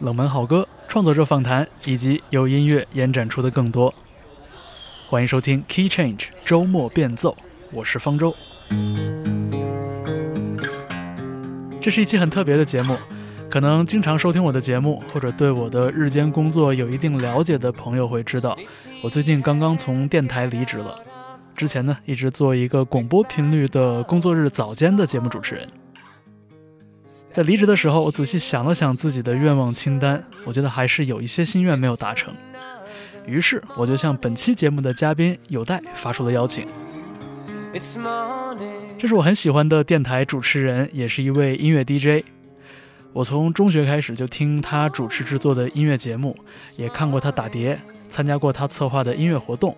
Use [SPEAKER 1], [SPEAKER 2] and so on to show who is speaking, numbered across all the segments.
[SPEAKER 1] 冷门好歌、创作者访谈以及由音乐延展出的更多。欢迎收听 Key Change 周末变奏，我是方舟。这是一期很特别的节目，可能经常收听我的节目或者对我的日间工作有一定了解的朋友会知道，我最近刚刚从电台离职了。之前呢，一直做一个广播频率的工作日早间的节目主持人。在离职的时候，我仔细想了想自己的愿望清单，我觉得还是有一些心愿没有达成。于是，我就向本期节目的嘉宾有代发出了邀请。这是我很喜欢的电台主持人，也是一位音乐 DJ。我从中学开始就听他主持制作的音乐节目，也看过他打碟，参加过他策划的音乐活动。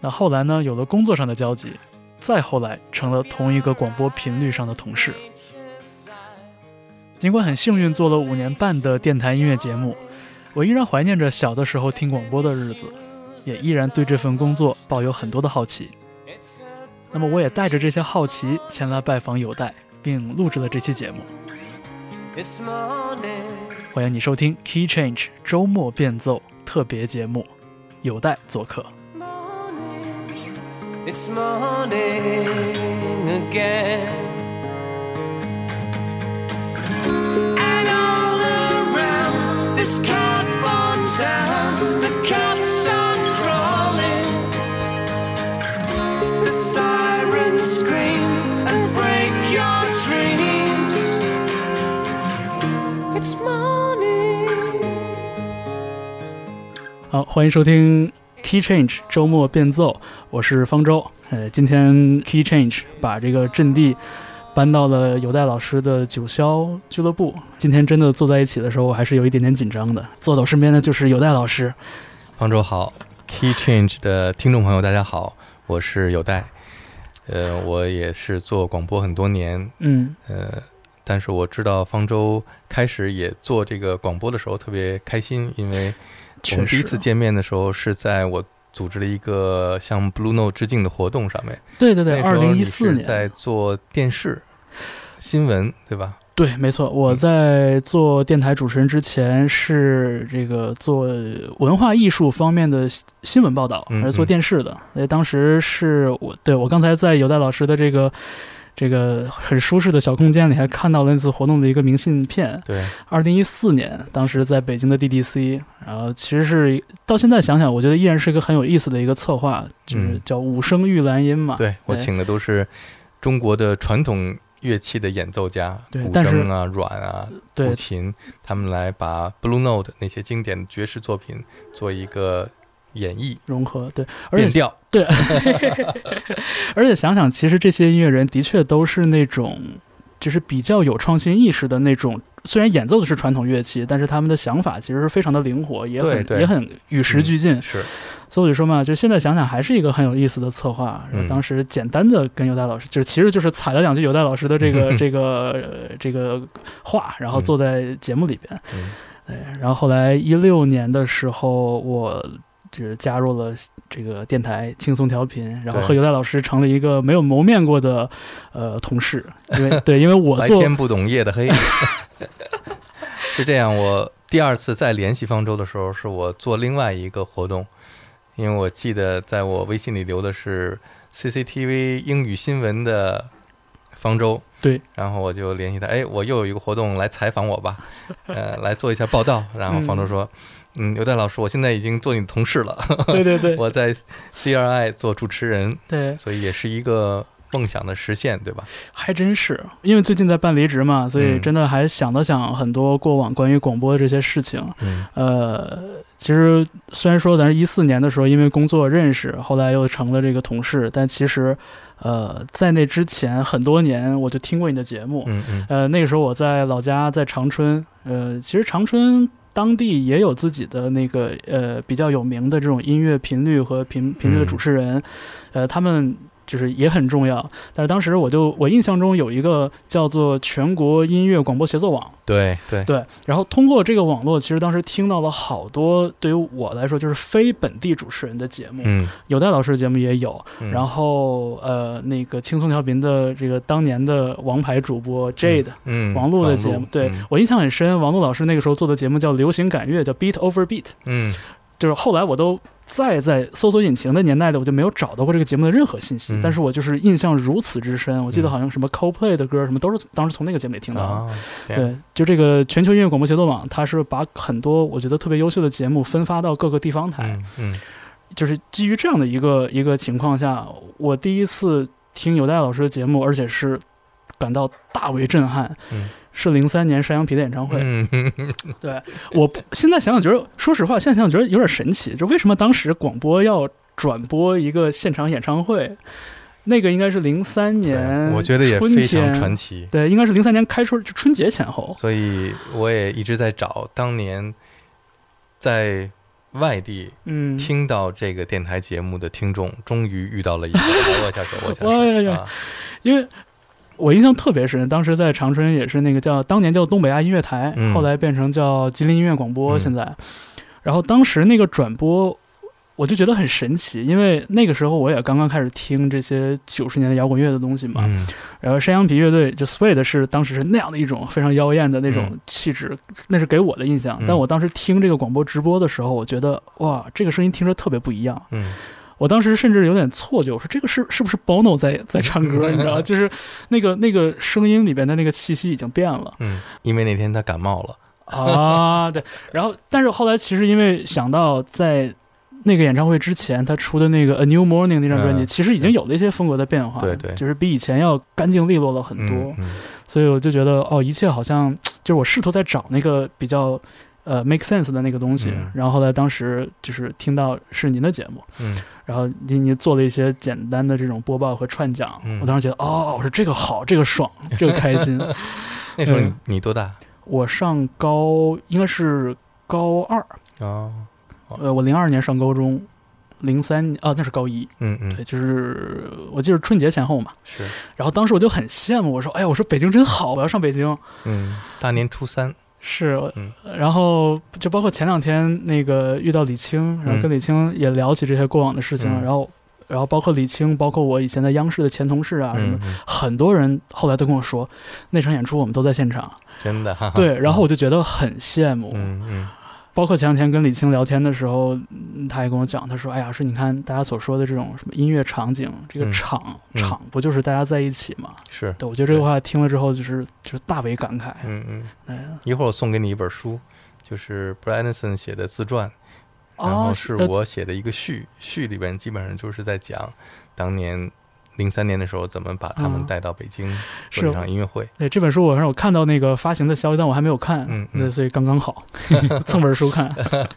[SPEAKER 1] 那后来呢，有了工作上的交集，再后来成了同一个广播频率上的同事。尽管很幸运做了五年半的电台音乐节目，我依然怀念着小的时候听广播的日子，也依然对这份工作抱有很多的好奇。那么我也带着这些好奇前来拜访有代，并录制了这期节目。欢迎你收听 Key Change 周末变奏特别节目，有待做客。It's morning again. And all around this cardboard town, the cats are crawling. The sirens scream and break your dreams. It's morning. 好，欢迎收听 Key Change 周末变奏，我是方舟。呃，今天 Key Change 把这个阵地搬到了有代老师的九霄俱乐部。今天真的坐在一起的时候，我还是有一点点紧张的。坐到身边的就是有代老师。
[SPEAKER 2] 方舟好，Key Change 的听众朋友大家好，我是有代。呃，我也是做广播很多年，
[SPEAKER 1] 嗯，
[SPEAKER 2] 呃，但是我知道方舟开始也做这个广播的时候特别开心，因为。我们第一次见面的时候是在我组织了一个向 Blue Note 致敬的活动上面。
[SPEAKER 1] 对对对，二零一
[SPEAKER 2] 四年在做电视新闻，对吧？
[SPEAKER 1] 对，没错。
[SPEAKER 2] 嗯
[SPEAKER 1] 我在做电台主持人之前是这个做文化艺术方面的新闻报道，还是做电视的。那、
[SPEAKER 2] 嗯嗯、
[SPEAKER 1] 当时是我对我刚才在有代老师的这个。这个很舒适的小空间里，还看到了那次活动的一个明信片。
[SPEAKER 2] 对，
[SPEAKER 1] 二零一四年，当时在北京的 DDC，然后其实是到现在想想，我觉得依然是一个很有意思的一个策划，就是叫“五声玉兰音”嘛。
[SPEAKER 2] 嗯、对我请的都是中国的传统乐器的演奏家，
[SPEAKER 1] 对，
[SPEAKER 2] 古筝啊、阮啊、
[SPEAKER 1] 古
[SPEAKER 2] 琴，他们来把 Blue Note 那些经典的爵士作品做一个。演绎
[SPEAKER 1] 融合对，而且
[SPEAKER 2] 对，
[SPEAKER 1] 而且想想，其实这些音乐人的确都是那种，就是比较有创新意识的那种。虽然演奏的是传统乐器，但是他们的想法其实是非常的灵活，也很也很与时俱进。
[SPEAKER 2] 嗯、是，
[SPEAKER 1] 所以我就说嘛，就现在想想还是一个很有意思的策划。然后当时简单的跟犹大老师，就其实就是踩了两句犹大老师的这个这个、呃、这个话，然后坐在节目里边。
[SPEAKER 2] 嗯、
[SPEAKER 1] 对，然后后来一六年的时候，我。就是加入了这个电台轻松调频，然后和尤代老师成了一个没有谋面过的呃同 事，因为对，因为我做
[SPEAKER 2] 白天不懂夜的黑， 是这样。我第二次再联系方舟的时候，是我做另外一个活动，因为我记得在我微信里留的是 CCTV 英语新闻的方舟，
[SPEAKER 1] 对，
[SPEAKER 2] 然后我就联系他，哎，我又有一个活动来采访我吧，呃，来做一下报道。然后方舟说。
[SPEAKER 1] 嗯
[SPEAKER 2] 嗯，刘代老师，我现在已经做你的同事了。
[SPEAKER 1] 对对对，
[SPEAKER 2] 我在 CRI 做主持人，
[SPEAKER 1] 对，
[SPEAKER 2] 所以也是一个梦想的实现，对吧？
[SPEAKER 1] 还真是，因为最近在办离职嘛，所以
[SPEAKER 2] 嗯
[SPEAKER 1] 真的还想了想很多过往关于广播的这些事情。
[SPEAKER 2] 嗯，
[SPEAKER 1] 呃，其实虽然说咱是一四年的时候因为工作认识，后来又成了这个同事，但其实。呃，在那之前很多年，我就听过你的节目。
[SPEAKER 2] 嗯嗯。
[SPEAKER 1] 呃，那个时候我在老家，在长春。呃，其实长春当地也有自己的那个呃比较有名的这种音乐频率和频频率的主持人。
[SPEAKER 2] 嗯、
[SPEAKER 1] 呃，他们就是也很重要。但是当时我就我印象中有一个叫做全国音乐广播协作网，
[SPEAKER 2] 对对
[SPEAKER 1] 对，然后通过这个网络，其实当时听到了好多对于我来说就是非本地主持人的节目，
[SPEAKER 2] 嗯，
[SPEAKER 1] 有戴老师的节目也有，
[SPEAKER 2] 嗯
[SPEAKER 1] 然后呃那个轻松调频的这个当年的王牌主播 Jade、
[SPEAKER 2] 嗯
[SPEAKER 1] 王璐的节目，对、
[SPEAKER 2] 嗯
[SPEAKER 1] 我印象很深。王璐老师那个时候做的节目叫《流行感乐》，叫 Beat Over Beat，
[SPEAKER 2] 嗯
[SPEAKER 1] 就是后来我都再在搜索引擎的年代里，我就没有找到过这个节目的任何信息。
[SPEAKER 2] 嗯
[SPEAKER 1] 但是我就是印象如此之深，我记得
[SPEAKER 2] 嗯
[SPEAKER 1] 好像什么 Coldplay 的歌什么都是当时从那个节目里听到的。
[SPEAKER 2] 啊，这样
[SPEAKER 1] 对，就这个全球音乐广播协作网，它是把很多我觉得特别优秀的节目分发到各个地方台，
[SPEAKER 2] 嗯嗯
[SPEAKER 1] 就是基于这样的一个一个情况下，我第一次听有戴老师的节目，而且是感到大为震撼，
[SPEAKER 2] 嗯
[SPEAKER 1] 是零三年山羊皮的演唱会。
[SPEAKER 2] 嗯嗯
[SPEAKER 1] 我现在想想觉得，说实话，现在想想觉得有点神奇，就为什么当时广播要转播一个现场演唱会？那个应该是零三年，
[SPEAKER 2] 对我觉得也非常传。奇。
[SPEAKER 1] 对，应该是零三年开春就春节前后。
[SPEAKER 2] 所以我也一直在找当年在外地
[SPEAKER 1] 嗯，
[SPEAKER 2] 听到这个电台节目的听众，终于遇到了一个握下手，握下手
[SPEAKER 1] 哎呀呀
[SPEAKER 2] 啊！
[SPEAKER 1] 因为我印象特别深，当时在长春也是那个叫当年叫东北亚音乐台，
[SPEAKER 2] 嗯
[SPEAKER 1] 后来变成叫吉林音乐广播，
[SPEAKER 2] 嗯
[SPEAKER 1] 现在。然后当时那个转播，我就觉得很神奇，因为那个时候我也刚刚开始听这些九十年的摇滚乐的东西嘛。
[SPEAKER 2] 嗯
[SPEAKER 1] 然后山羊皮乐队就 Suede 是当时是那样的一种非常妖艳的那种
[SPEAKER 2] 嗯
[SPEAKER 1] 气质，那是给我的印象。
[SPEAKER 2] 嗯
[SPEAKER 1] 但我当时听这个广播直播的时候，我觉得哇，这个声音听着特别不一样。
[SPEAKER 2] 嗯
[SPEAKER 1] 我当时甚至有点错觉，我说这个是是不是 Bono 在在唱 歌？你知道吗，就是那个那个声音里边的那个气息已经变了
[SPEAKER 2] 嗯，因为那天他感冒了，
[SPEAKER 1] 啊。对，然后但是后来其实因为想到在那个演唱会之前他出的那个《A New Morning》那张专辑，
[SPEAKER 2] 嗯
[SPEAKER 1] 其实已经有了一些风格的变化，
[SPEAKER 2] 对对
[SPEAKER 1] 就是比以前要干净利落了很多。
[SPEAKER 2] 嗯嗯
[SPEAKER 1] 所以我就觉得哦，一切好像就是我试图在找那个比较呃 make sense 的那个东西。
[SPEAKER 2] 嗯
[SPEAKER 1] 然后后来当时就是听到是您的节目，
[SPEAKER 2] 嗯
[SPEAKER 1] 然后您您做了一些简单的这种播报和串讲，
[SPEAKER 2] 嗯
[SPEAKER 1] 我当时觉得哦，我说这个好，这个爽，这个开 心。
[SPEAKER 2] 那时候你
[SPEAKER 1] 嗯
[SPEAKER 2] 你多大？
[SPEAKER 1] 我上高应该是高二，
[SPEAKER 2] 哦，
[SPEAKER 1] 呃，我零二年上高中，零三啊那是高一，
[SPEAKER 2] 嗯嗯
[SPEAKER 1] 对，就是我记得是春节前后嘛。
[SPEAKER 2] 是，
[SPEAKER 1] 然后当时我就很羡慕，我说哎呀，我说北京真好，我要上北京。
[SPEAKER 2] 嗯，大年初三，
[SPEAKER 1] 是，
[SPEAKER 2] 嗯
[SPEAKER 1] 然后就包括前两天那个遇到李青，然后跟李青也聊起这些过往的事情，
[SPEAKER 2] 嗯
[SPEAKER 1] 然后然后包括李青，包括我以前在央视的前同事啊什么
[SPEAKER 2] 嗯
[SPEAKER 1] 的，，
[SPEAKER 2] 嗯
[SPEAKER 1] 很多人后来都跟我说，那场演出我们都在现场，
[SPEAKER 2] 真的哈哈。
[SPEAKER 1] 对，然后我就觉得很羡慕。
[SPEAKER 2] 啊嗯嗯
[SPEAKER 1] 包括前两天跟李青聊天的时候，嗯他也跟我讲，他说：“哎呀，说你看大家所说的这种什么音乐场景，这个
[SPEAKER 2] 嗯
[SPEAKER 1] 场、
[SPEAKER 2] 嗯
[SPEAKER 1] 场不就是大家在一起吗？”
[SPEAKER 2] 是，
[SPEAKER 1] 对，我觉得这个
[SPEAKER 2] 对
[SPEAKER 1] 话听了之后，就是就是大为感慨。
[SPEAKER 2] 嗯嗯，
[SPEAKER 1] 哎，
[SPEAKER 2] 一会儿我送给你一本书，就是 Bryanson 写的自传。然
[SPEAKER 1] 哦
[SPEAKER 2] 后是
[SPEAKER 1] 呃
[SPEAKER 2] 我写的一个序，序里边基本上就是在讲当年零三年的时候怎么把他
[SPEAKER 1] 嗯
[SPEAKER 2] 们带到北京做
[SPEAKER 1] 呃是
[SPEAKER 2] 这场音乐会。
[SPEAKER 1] 对这本书，我让我看到那个发行的消息，但我还没有看，
[SPEAKER 2] 嗯
[SPEAKER 1] 对，
[SPEAKER 2] 嗯
[SPEAKER 1] 所以刚刚好嗯蹭本书 看。嗯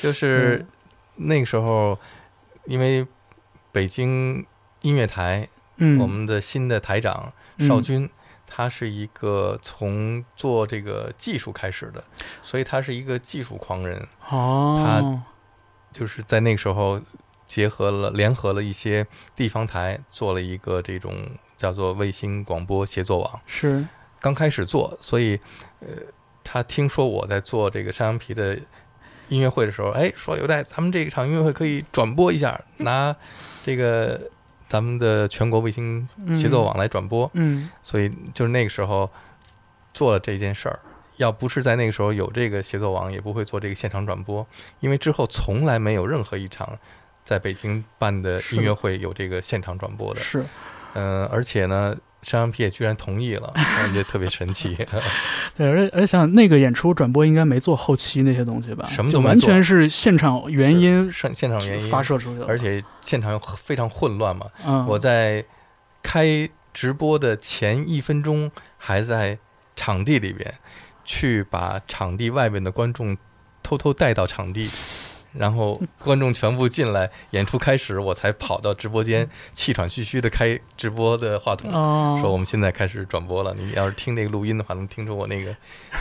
[SPEAKER 2] 就是那个时候，因为北京音乐台，
[SPEAKER 1] 嗯，
[SPEAKER 2] 我们的新的台长邵军。他是一个从做这个技术开始的，所以他是一个技术狂人。
[SPEAKER 1] 哦，
[SPEAKER 2] 就是在那个时候结合了联合了一些地方台，做了一个这种叫做卫星广播协作网。
[SPEAKER 1] 是
[SPEAKER 2] 刚开始做，所以呃，他听说我在做这个山羊皮的音乐会的时候，哎，说有代，咱们这场音乐会可以转播一下，拿这个咱们的全国卫星协作，网来转播。
[SPEAKER 1] 嗯
[SPEAKER 2] 所以就是那个时候做了这件事儿。要不是在那个时候有这个协作网，也不会做这个现场转播，因为之后从来没有任何一场在北京办的
[SPEAKER 1] 是的
[SPEAKER 2] 音乐会有这个现场转播
[SPEAKER 1] 嗯，
[SPEAKER 2] 的。
[SPEAKER 1] 是。
[SPEAKER 2] 嗯、而且呢，山羊皮也居然同意了， 感觉特别神奇。
[SPEAKER 1] 对，而且而且想那个演出转播应该没做后期那些东西吧？
[SPEAKER 2] 什么
[SPEAKER 1] 就
[SPEAKER 2] 都没
[SPEAKER 1] 完
[SPEAKER 2] 做
[SPEAKER 1] 全是现场原因
[SPEAKER 2] 现现场原因
[SPEAKER 1] 发，射出去的。
[SPEAKER 2] 而且现场又非常混乱嘛。
[SPEAKER 1] 嗯，
[SPEAKER 2] 我在开直播的前一分钟还在场地里边，去把场地外边的观众偷偷带到场 地，然后观众全部进来，演出开始我才跑到直播间，气喘吁吁的开直播的话筒。说
[SPEAKER 1] 嗯哦，
[SPEAKER 2] 我们现在开始转播了，你要是听这个录音的话，能听出我那个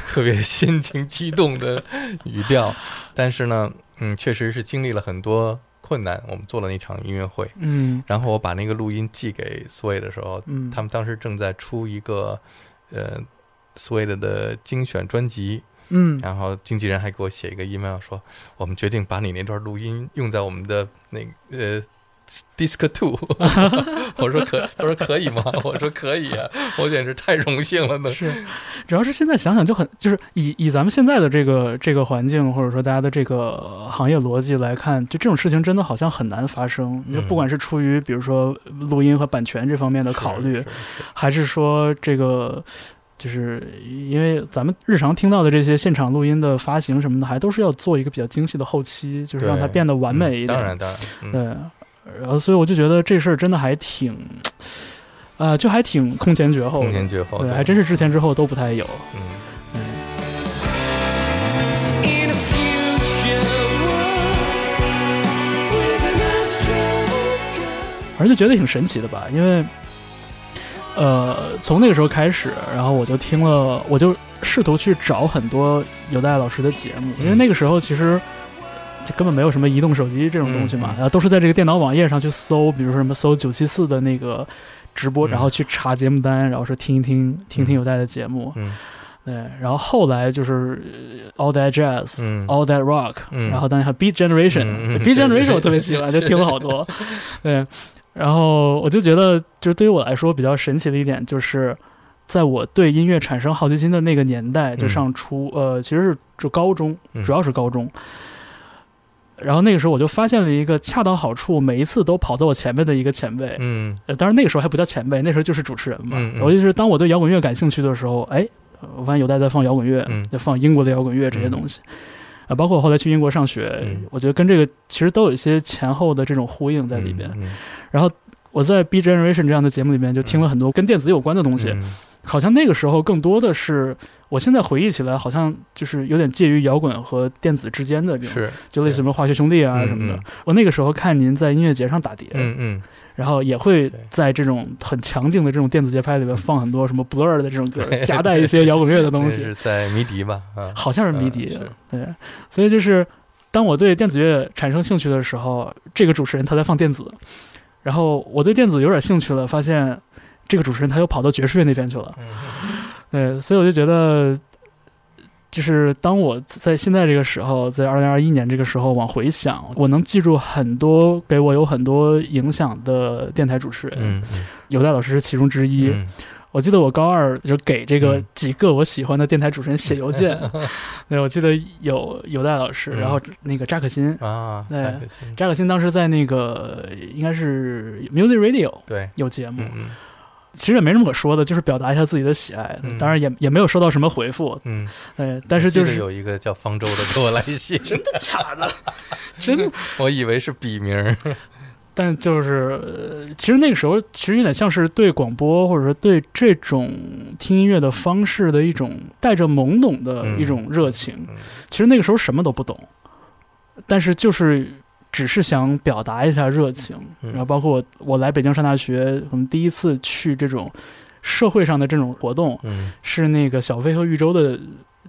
[SPEAKER 2] 特别心情激动的语调。但是呢，嗯，确实是经历了很多困难，我们做了那场音乐会。
[SPEAKER 1] 嗯
[SPEAKER 2] 然后我把那个录音寄给苏卫的时候，
[SPEAKER 1] 嗯，
[SPEAKER 2] 他们当时正在出一个呃苏卫的的精选专辑，
[SPEAKER 1] 嗯
[SPEAKER 2] 然后经纪人还给我写一个 email 说，我们决定把你那段录音用在我们的那个呃。Disc Two，我说可，他说可以吗？ 我说可以啊，我简直太荣幸了呢。
[SPEAKER 1] 是，主要是现在想想就很，就是以以咱们现在的这个这个环境，或者说大家的这个呃行业逻辑来看，就这种事情真的好像很难发生。你就不
[SPEAKER 2] 嗯
[SPEAKER 1] 管是出于比如说录音和版权这方面的考虑，
[SPEAKER 2] 是，是
[SPEAKER 1] 还是说这个，就是因为咱们日常听到的这些现场录音的发行什么的，还都是要做一个比较精细的后期，就是让它
[SPEAKER 2] 对
[SPEAKER 1] 变得完
[SPEAKER 2] 嗯
[SPEAKER 1] 美一点。
[SPEAKER 2] 当然，当然，嗯、
[SPEAKER 1] 对，然后所以我就觉得这事儿真的还挺，啊、就还挺空前绝后
[SPEAKER 2] 空前
[SPEAKER 1] 的。
[SPEAKER 2] 绝后，
[SPEAKER 1] 对，还真是之前之后都不太有。
[SPEAKER 2] 嗯，
[SPEAKER 3] In a future world with an astro
[SPEAKER 1] 而且觉得挺神奇的吧，因为，呃，从那个时候开始，然后我就听了，我就试图去找很多犹大老师的节目，因为
[SPEAKER 2] 嗯
[SPEAKER 1] 那个时候其实就根本没有什么移动手机这种东西嘛，
[SPEAKER 2] 嗯嗯
[SPEAKER 1] 然后都是在这个电脑网页上去搜，比如说什么搜九七四的那个直播，
[SPEAKER 2] 嗯
[SPEAKER 1] 然后去查节目单，然后说听一听听一听
[SPEAKER 2] 嗯
[SPEAKER 1] 犹大的节目，
[SPEAKER 2] 嗯
[SPEAKER 1] 对，然后后来就是呃 All That Jazz，、
[SPEAKER 2] 嗯
[SPEAKER 1] All That Rock，、
[SPEAKER 2] 嗯
[SPEAKER 1] 然后当然还有 Beat Generation，Beat、
[SPEAKER 2] 嗯嗯
[SPEAKER 1] Beat
[SPEAKER 2] 对
[SPEAKER 1] Generation
[SPEAKER 2] 对
[SPEAKER 1] 我特别喜欢，就是听了好 多。对，然后我就觉得，就是对于我来说比较神奇的一点，就是在我对音乐产生好奇心的那个年代，就
[SPEAKER 2] 嗯
[SPEAKER 1] 上初、呃，其实是就高中，
[SPEAKER 2] 嗯
[SPEAKER 1] 主要是高中。然后那个时候我就发现了一个恰到好处，每一次都跑在我前面的一个前辈，
[SPEAKER 2] 嗯
[SPEAKER 1] 呃，当然那个时候还不叫前辈，那时候就是主持人嘛。
[SPEAKER 2] 嗯嗯
[SPEAKER 1] 我就是当我对摇滚乐感兴趣的时候，哎，呃我发现有代在放摇滚乐，
[SPEAKER 2] 嗯
[SPEAKER 1] 就放英国的摇滚乐这些东西。啊，包括我后来去英国上学，
[SPEAKER 2] 嗯
[SPEAKER 1] 我觉得跟这个其实都有一些前后的这种呼应在里边。
[SPEAKER 2] 嗯嗯
[SPEAKER 1] 我在 B Generation 这样的节目里面就听了很多跟电子有关的东西，
[SPEAKER 2] 嗯
[SPEAKER 1] 好像那个时候更多的是，我现在回忆起来，好像就是有点介于摇滚和电子之间的这种，
[SPEAKER 2] 是，
[SPEAKER 1] 就类似什么化学兄弟啊
[SPEAKER 2] 嗯
[SPEAKER 1] 什么的。
[SPEAKER 2] 嗯
[SPEAKER 1] 我那个时候看您在音乐节上打碟，
[SPEAKER 2] 嗯嗯，
[SPEAKER 1] 然后也会
[SPEAKER 2] 对
[SPEAKER 1] 在这种很强劲的这种电子节拍里面放很多什么 Blur 的这种歌，
[SPEAKER 2] 对
[SPEAKER 1] 夹带一些摇滚乐的
[SPEAKER 2] 那
[SPEAKER 1] 东西，
[SPEAKER 2] 是在迷笛吧？啊，
[SPEAKER 1] 好像是迷笛
[SPEAKER 2] 嗯。
[SPEAKER 1] 对，所以就是当我对电子乐产生兴趣的时候，这个主持人他在放电子，然后我对电子有点兴趣了，发现这个主持人他又跑到爵士乐那边去了。
[SPEAKER 2] 嗯
[SPEAKER 1] 对，所以我就觉得，就是当我在现在这个时候，在二零二一年这个时候往回想，我能记住很多给我有很多影响的电台主持人，
[SPEAKER 2] 嗯
[SPEAKER 1] 有代老师是其中之一。
[SPEAKER 2] 嗯
[SPEAKER 1] 我记得我高二就给这个
[SPEAKER 2] 嗯
[SPEAKER 1] 几个我喜欢的电台主持人写邮 件，对，我记得有有代老师，
[SPEAKER 2] 嗯
[SPEAKER 1] 然后那个扎克辛，
[SPEAKER 2] 嗯啊，
[SPEAKER 1] 对
[SPEAKER 2] 太可惜了
[SPEAKER 1] 扎克辛当时在那个应该是 Music Radio
[SPEAKER 2] 对，
[SPEAKER 1] 有节目，
[SPEAKER 2] 嗯嗯
[SPEAKER 1] 其实也没什么可说的，就是表达一下自己的喜爱，
[SPEAKER 2] 嗯
[SPEAKER 1] 当然也也没有收到什么回复，
[SPEAKER 2] 嗯，
[SPEAKER 1] 哎，但是
[SPEAKER 2] 我记
[SPEAKER 1] 就
[SPEAKER 2] 得
[SPEAKER 1] 是
[SPEAKER 2] 有一个叫方舟的给我来 信，
[SPEAKER 1] 真的假的？真的，
[SPEAKER 2] 我以为是笔名儿，
[SPEAKER 1] 但就是、呃其实那个时候其实有点像是对广播或者说对这种听音乐的方式的一种带着懵懂的一种热情。
[SPEAKER 2] 嗯
[SPEAKER 1] 其实那个时候什么都不懂，但是就是只是想表达一下热情。
[SPEAKER 2] 嗯
[SPEAKER 1] 然后包括我我来北京上大学，可能第一次去这种社会上的这种活动
[SPEAKER 2] 嗯
[SPEAKER 1] 是那个小飞和玉州的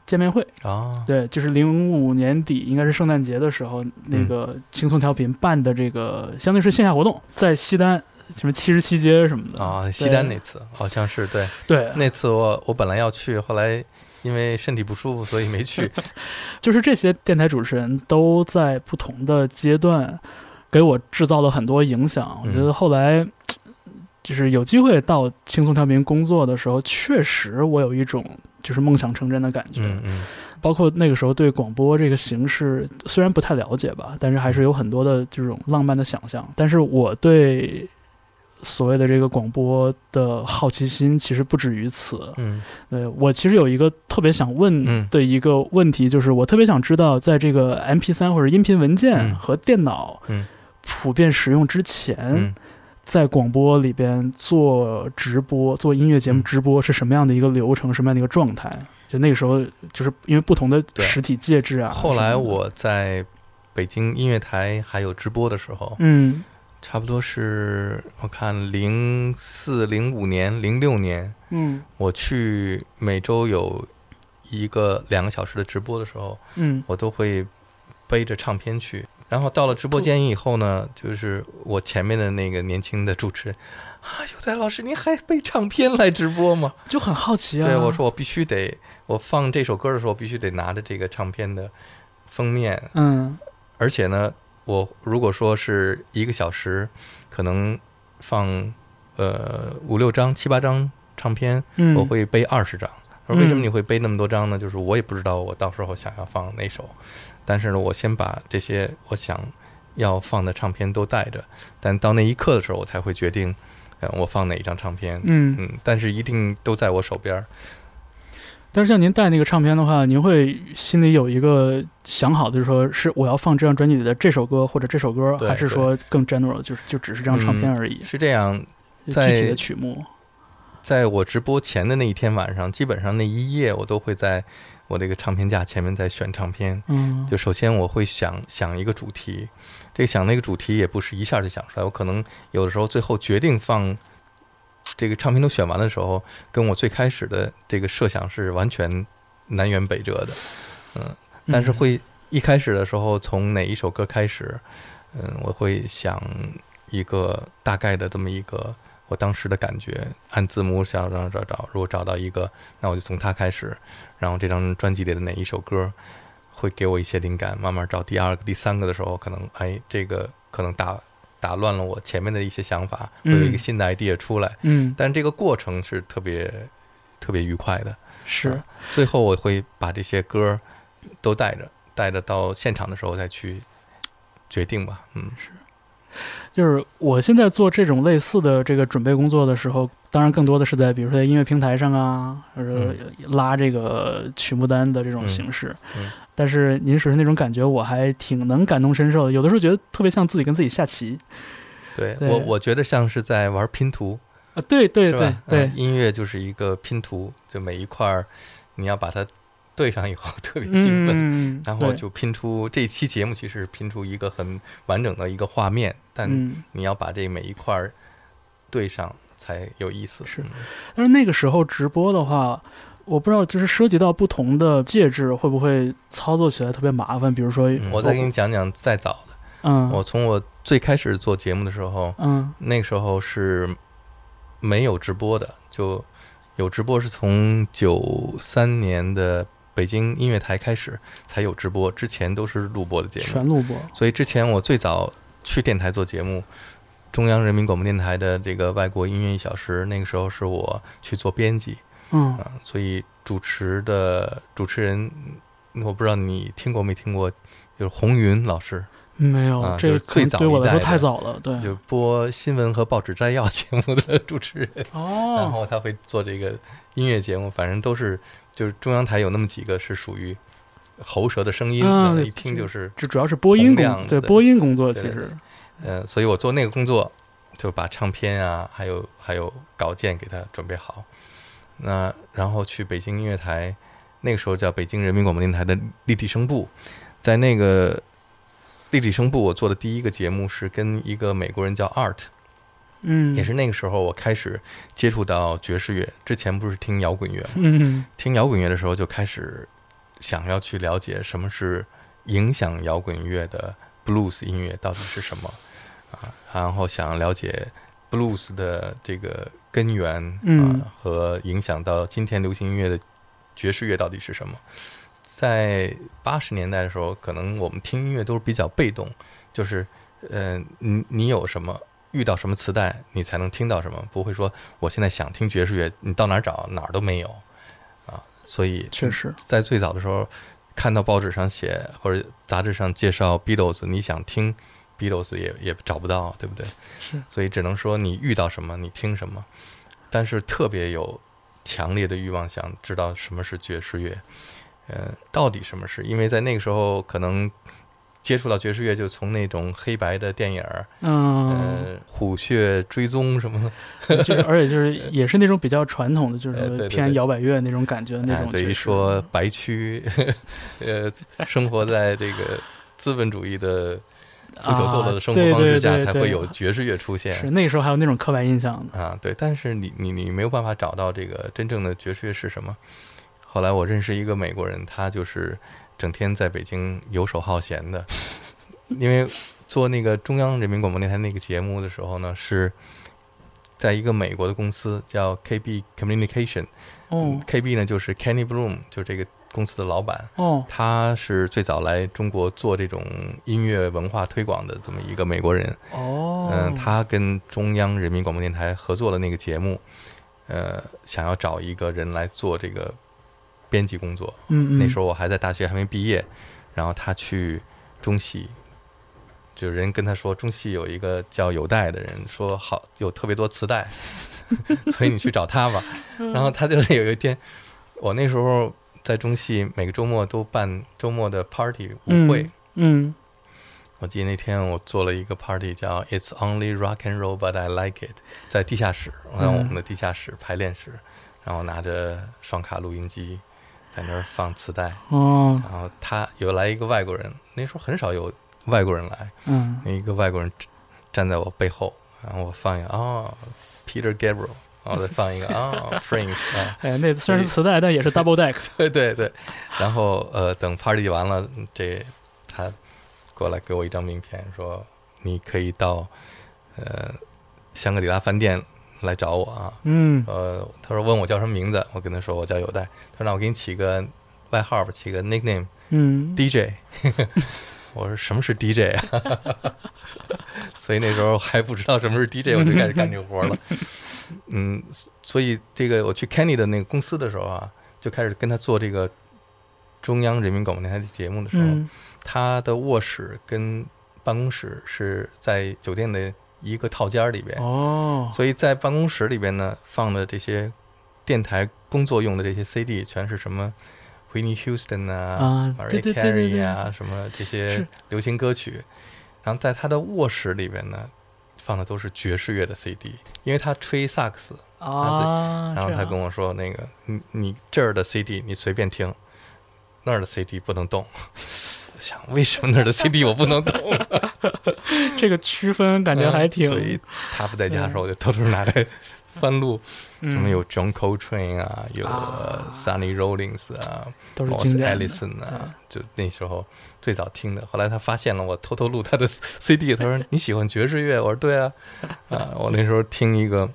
[SPEAKER 1] 见面会。
[SPEAKER 2] 啊，
[SPEAKER 1] 对，就是零五年底，应该是圣诞节的时候，
[SPEAKER 2] 嗯
[SPEAKER 1] 那个轻松调频办的这个，相当于是线下活动，在西单什么七十七街什么的
[SPEAKER 2] 啊，西
[SPEAKER 1] 对
[SPEAKER 2] 单那次好像是对，
[SPEAKER 1] 对，
[SPEAKER 2] 那次我我本来要去，后来因为身体不舒服，所以没 去。
[SPEAKER 1] 就是这些电台主持人都在不同的阶段给我制造了很多影响。我
[SPEAKER 2] 嗯
[SPEAKER 1] 觉得后来就是有机会到轻松调频工作的时候，确实我有一种就是梦想成真的感觉。
[SPEAKER 2] 嗯嗯
[SPEAKER 1] 包括那个时候对广播这个形式虽然不太了解吧，但是还是有很多的这种浪漫的想象。但是我对所谓的这个广播的好奇心其实不止于此。
[SPEAKER 2] 嗯
[SPEAKER 1] 对我其实有一个特别想问
[SPEAKER 2] 嗯
[SPEAKER 1] 的一个问题，就是我特别想知道，在这个 MP 3或者音频文件
[SPEAKER 2] 嗯
[SPEAKER 1] 和电脑
[SPEAKER 2] 嗯
[SPEAKER 1] 普遍使用之前，
[SPEAKER 2] 嗯
[SPEAKER 1] 在广播里边做直播、做音乐节目
[SPEAKER 2] 嗯
[SPEAKER 1] 直播是什么样的一个流程，什么样的一个状态？就那个时候，就是因为不同的
[SPEAKER 2] 对
[SPEAKER 1] 实体介质啊。
[SPEAKER 2] 嗯。后来
[SPEAKER 1] 什么的，
[SPEAKER 2] 我在北京音乐台还有直播的时候，
[SPEAKER 1] 嗯
[SPEAKER 2] 差不多是我看零四零五年零六年，
[SPEAKER 1] 嗯
[SPEAKER 2] 我去每周有一个两个小时的直播的时候，
[SPEAKER 1] 嗯
[SPEAKER 2] 我都会背着唱片去。然后到了直播间以后呢，就是我前面的那个年轻的主持人啊，有才老师，您还背唱片来直 播吗？
[SPEAKER 1] 就很好奇啊。
[SPEAKER 2] 对，我说我必须得，我放这首歌的时候，我必须得拿着这个唱片的封面，
[SPEAKER 1] 嗯，
[SPEAKER 2] 而且呢，我如果说是一个小时，可能放呃五六张、七八张唱片，
[SPEAKER 1] 嗯
[SPEAKER 2] 我会背二十张。他说为什么
[SPEAKER 1] 嗯
[SPEAKER 2] 你会背那么多张呢？就是我也不知道我到时候想要放哪首，但是呢，我先把这些我想要放的唱片都带着，但到那一刻的时候，我才会决定，呃，我放哪一张唱片。
[SPEAKER 1] 嗯
[SPEAKER 2] 嗯，但是一定都在我手边儿。
[SPEAKER 1] 但是像您带那个唱片的话，您会心里有一个想好的，就是说是我要放这张专辑里的这首歌或者这首歌，
[SPEAKER 2] 对
[SPEAKER 1] 还是说更 general，就是就只是这张唱片而已，
[SPEAKER 2] 是这样，
[SPEAKER 1] 具
[SPEAKER 2] 在
[SPEAKER 1] 体的曲目。
[SPEAKER 2] 在我直播前的那一天晚上，基本上那一夜我都会在我这个唱片架前面在选唱片。
[SPEAKER 1] 嗯，
[SPEAKER 2] 就首先我会想想一个主题，这个想那个主题也不是一下就想出来，我可能有的时候最后决定放这个唱片都选完的时候，跟我最开始的这个设想是完全南辕北辙的。但是
[SPEAKER 1] 嗯
[SPEAKER 2] 会一开始的时候从哪一首歌开始，嗯，我会想一个大概的这么一个我当时的感觉，按字母想找找找，如果找到一个，那我就从它开始，然后这张专辑里的哪一首歌会给我一些灵感，慢慢找第二个、第三个的时候，可能哎，这个可能打打乱了我前面的一些想法，会有一
[SPEAKER 1] 嗯
[SPEAKER 2] 个新的 idea 出来，
[SPEAKER 1] 嗯
[SPEAKER 2] 但这个过程是特别特别愉快的。
[SPEAKER 1] 是
[SPEAKER 2] 啊最后我会把这些歌儿都带着，带着到现场的时候再去决定吧。嗯，
[SPEAKER 1] 就是我现在做这种类似的这个准备工作的时候，当然更多的是在比如说在音乐平台上啊，或者拉这个曲目单的这种形式。
[SPEAKER 2] 嗯嗯嗯
[SPEAKER 1] 但是您说的那种感觉，我还挺能感同身受的。有的时候觉得特别像自己跟自己下棋
[SPEAKER 2] 对
[SPEAKER 1] 对
[SPEAKER 2] 我我觉得像是在玩拼图，
[SPEAKER 1] 啊，对对
[SPEAKER 2] 是
[SPEAKER 1] 对
[SPEAKER 2] 吧？
[SPEAKER 1] 对
[SPEAKER 2] 嗯，音乐就是一个拼图，就每一块儿你要把它对上以后 特别兴奋，
[SPEAKER 1] 嗯，
[SPEAKER 2] 然后
[SPEAKER 1] 对
[SPEAKER 2] 就拼出这期节目其实是拼出一个很完整的一个画面，但
[SPEAKER 1] 嗯，
[SPEAKER 2] 你要把这每一块儿对上才有意思。
[SPEAKER 1] 是
[SPEAKER 2] 嗯
[SPEAKER 1] 但是那个时候直播的话，我不知道就是涉及到不同的介质，会不会操作起来特别麻烦？比如说，
[SPEAKER 2] 嗯我再给你讲讲再早的，
[SPEAKER 1] 嗯，
[SPEAKER 2] 我从我最开始做节目的时候，
[SPEAKER 1] 嗯
[SPEAKER 2] 那个时候是没有直播的，就有直播是从九三年的北京音乐台开始才有直播，之前都是录播的节目。
[SPEAKER 1] 全录播，
[SPEAKER 2] 所以之前我最早去电台做节目，中央人民广播电台的这个外国音乐一小时，那个时候是我去做编辑
[SPEAKER 1] 嗯
[SPEAKER 2] 啊、所以主持的主持人，嗯我不知道你听过没听过，就是红云老师，
[SPEAKER 1] 没有，
[SPEAKER 2] 啊
[SPEAKER 1] 这
[SPEAKER 2] 就是
[SPEAKER 1] 可能
[SPEAKER 2] 最早
[SPEAKER 1] 对我来说
[SPEAKER 2] 一代的
[SPEAKER 1] 太早了，对，
[SPEAKER 2] 就播新闻和报纸摘要节目的主持人。然
[SPEAKER 1] 哦，
[SPEAKER 2] 后他会做这个音乐节目，反正都是就是中央台有那么几个是属于喉舌的声音，
[SPEAKER 1] 啊
[SPEAKER 2] 那
[SPEAKER 1] 对
[SPEAKER 2] 一听就是
[SPEAKER 1] 这主要是播音
[SPEAKER 2] 洪亮
[SPEAKER 1] 工，对
[SPEAKER 2] 对
[SPEAKER 1] 播音工作其
[SPEAKER 2] 对对
[SPEAKER 1] 实，
[SPEAKER 2] 呃，所以我做那个工作就把唱片啊，还有还有稿件给他准备好，那然后去北京音乐台，那个时候叫北京人民广播电台的立体声部，在那个立体声部，我做的第一个节目是跟一个美国人叫 Art，
[SPEAKER 1] 嗯，
[SPEAKER 2] 也是，那个时候我开始接触到爵士乐，之前不是听摇滚乐吗？
[SPEAKER 1] 嗯
[SPEAKER 2] 听摇滚乐的时候，就开始想要去了解什么是影响摇滚乐的 blues 音乐到底是什么啊，然后想了解 blues 的这个根源啊、
[SPEAKER 1] 嗯
[SPEAKER 2] 和影响到今天流行音乐的爵士乐到底是什么。在八十年代的时候，可能我们听音乐都是比较被动，就是，呃，你你有什么遇到什么磁带，你才能听到什么，不会说我现在想听爵士乐，你到哪儿找哪儿都没有，啊，所以
[SPEAKER 1] 确实
[SPEAKER 2] 在最早的时候，看到报纸上写或者杂志上介绍 Beatles，你想听 Beatles 也也找不到，对不对？
[SPEAKER 1] 是，
[SPEAKER 2] 所以只能说你遇到什么，你听什么，但是特别有强烈的欲望想知道什么是爵士乐，呃，到底什么是？因为在那个时候可能接触到爵士乐，就从那种黑白的电影儿，
[SPEAKER 1] 嗯，
[SPEAKER 2] 呃，虎穴追踪什么的，
[SPEAKER 1] 就是而且就是也是那种比较传统的，就
[SPEAKER 2] 呃对
[SPEAKER 1] 是
[SPEAKER 2] 对
[SPEAKER 1] 偏
[SPEAKER 2] 对
[SPEAKER 1] 摇摆乐那种感觉的那
[SPEAKER 2] 哎
[SPEAKER 1] 种，嗯
[SPEAKER 2] 对于
[SPEAKER 1] 爵士
[SPEAKER 2] 说白区，呃，生活在这个资本主义的腐朽堕落的生活方式
[SPEAKER 1] 啊对对
[SPEAKER 2] 下，
[SPEAKER 1] 对
[SPEAKER 2] 才
[SPEAKER 1] 对
[SPEAKER 2] 会有爵士乐出现。
[SPEAKER 1] 是那个时候还有那种刻板印象的，
[SPEAKER 2] 啊，对，但是你你你没有办法找到这个真正的爵士乐是什么。后来我认识一个美国人，他就是整天在北京游手好闲的，因为做那个中央人民广播电台那个节目的时候呢，是在一个美国的公司叫 KB Communication，
[SPEAKER 1] 哦
[SPEAKER 2] KB 嗯呢就是 Kenny Bloom，就这个公司的老板，
[SPEAKER 1] 哦
[SPEAKER 2] 他是最早来中国做这种音乐文化推广的这么一个美国人。
[SPEAKER 1] 哦，
[SPEAKER 2] 嗯，他跟中央人民广播电台合作的那个节目，呃，想要找一个人来做这个编辑工作。
[SPEAKER 1] 嗯嗯，
[SPEAKER 2] 那时候我还在大学还没毕业，然后他去中戏，就人跟他说中戏有一个叫有代的人，说好有特别多磁带， 所以你去找他吧。
[SPEAKER 1] 嗯
[SPEAKER 2] 然后他就 有一天，我那时候在中戏每个周末都办周末的 party 舞会，
[SPEAKER 1] 嗯，
[SPEAKER 2] 我记得那天我做了一个 party，叫 "It's Only Rock and Roll But I Like It"，在地下室，我在
[SPEAKER 1] 嗯
[SPEAKER 2] 我们的地下室排练室，然后拿着双卡录音机在那儿放磁带，
[SPEAKER 1] 嗯哦，
[SPEAKER 2] 然后他有来一个外国人，那时候很少有外国人来，
[SPEAKER 1] 嗯，
[SPEAKER 2] 那一个外国人站站在我背后，然后我放一个哦，Peter Gabriel，然后再放一个哦，Prince 啊，
[SPEAKER 1] 哎，那虽然
[SPEAKER 2] 所以
[SPEAKER 1] 是磁带，但也是 double deck，
[SPEAKER 2] 对对对，然后呃，等 party 完了，这他过来给我一张名片，说你可以到呃香格里拉饭店来找我啊。
[SPEAKER 1] 嗯
[SPEAKER 2] 呃，他说问我叫什么名字，我跟他说我叫有代。他说那我给你起个外号吧，起个 nickname
[SPEAKER 1] 嗯，
[SPEAKER 2] DJ。我说什么是 DJ 啊？ 所以那时候还不知道什么是 DJ，我就开始干这个活儿了。嗯，所以这个我去 Kenny 的那个公司的时候啊，就开始跟他做这个中央人民广播电台的节目的时候，
[SPEAKER 1] 嗯
[SPEAKER 2] 他的卧室跟办公室是在酒店的一个套间儿里边，
[SPEAKER 1] 哦，
[SPEAKER 2] 所以在办公室里边呢放的这些电台工作用的这些 CD 全是什么。Whitney Houston 啊
[SPEAKER 1] 啊对对
[SPEAKER 2] Mariah
[SPEAKER 1] 对对
[SPEAKER 2] Carey 啊，什么这些
[SPEAKER 1] 是
[SPEAKER 2] 流行歌曲，然后在他的卧室里边呢，放的都是爵士乐的 CD，因为他吹萨克斯，
[SPEAKER 1] 啊，
[SPEAKER 2] 然后
[SPEAKER 1] 这
[SPEAKER 2] 他
[SPEAKER 1] 样
[SPEAKER 2] 跟我说：“那个，你你这儿的 CD 你随便听，那儿的 CD 不能动。” 我想为什么那儿的 CD 我不能动？
[SPEAKER 1] 这个区分 感觉还挺，
[SPEAKER 2] 嗯所以他不在家的时候，我就偷偷拿来 翻录，什么
[SPEAKER 1] 嗯
[SPEAKER 2] 有 John Coltrane 啊，有
[SPEAKER 1] 啊
[SPEAKER 2] Sunny Rollins 啊
[SPEAKER 1] 都是经
[SPEAKER 2] ，Moss
[SPEAKER 1] 典的
[SPEAKER 2] Ellison 啊，就那时候最早听的。后来他发现了我偷偷录他的 CD，他说：“你喜欢爵士乐？”我说：“对啊。”啊，我那时候听一个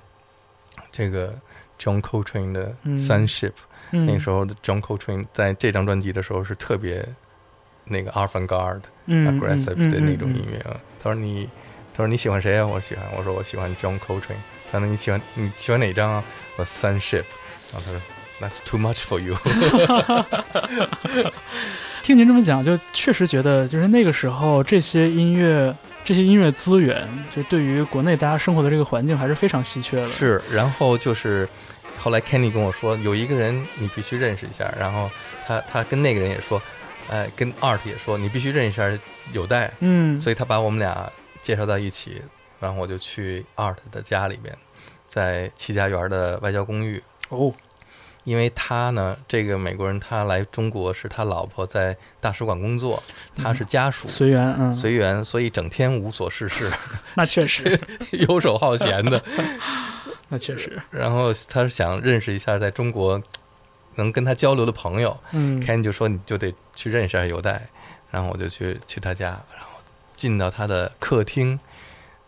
[SPEAKER 2] 这个 John Coltrane 的
[SPEAKER 1] 嗯
[SPEAKER 2] Sunship。
[SPEAKER 1] 嗯
[SPEAKER 2] 那个时候的 John Coltrane 在这张专辑的时候是特别那个 avant-garde、
[SPEAKER 1] 嗯
[SPEAKER 2] aggressive 的那种音
[SPEAKER 1] 乐，
[SPEAKER 2] 乐。啊。他说你，他说你喜欢谁啊？我喜欢，我说我喜欢 John Coltrane。他说你喜欢你喜欢哪张啊？我说 Sunship。然后他说 That's too much for you。
[SPEAKER 1] 听您这么讲，就确实觉得就是那个时候这些音乐。这些音乐资源，就对于国内大家生活的这个环境还是非常稀缺的。
[SPEAKER 2] 是，然后就是后来 Kenny 跟我说，有一个人你必须认识一下。然后他他跟那个人也说，哎，跟 Art 也说，你必须认识一下有代。
[SPEAKER 1] 嗯，
[SPEAKER 2] 所以他把我们俩介绍到一起，然后我就去 Art 的家里边，在戚家园的外交公寓，
[SPEAKER 1] 哦，
[SPEAKER 2] 因为他呢，这个美国人他来中国是他老婆在大使馆工作，他是家属。
[SPEAKER 1] 随缘，嗯，
[SPEAKER 2] 随缘，所以整天无所事 事，
[SPEAKER 1] 那确实，
[SPEAKER 2] 游手好闲的。
[SPEAKER 1] 那确 实，
[SPEAKER 2] 然后他想认识一下在中国能跟他交流的朋友，
[SPEAKER 1] 嗯，
[SPEAKER 2] Ken 就说你就得去认识一下有代，然后我就去去他家，然后进到他的客厅，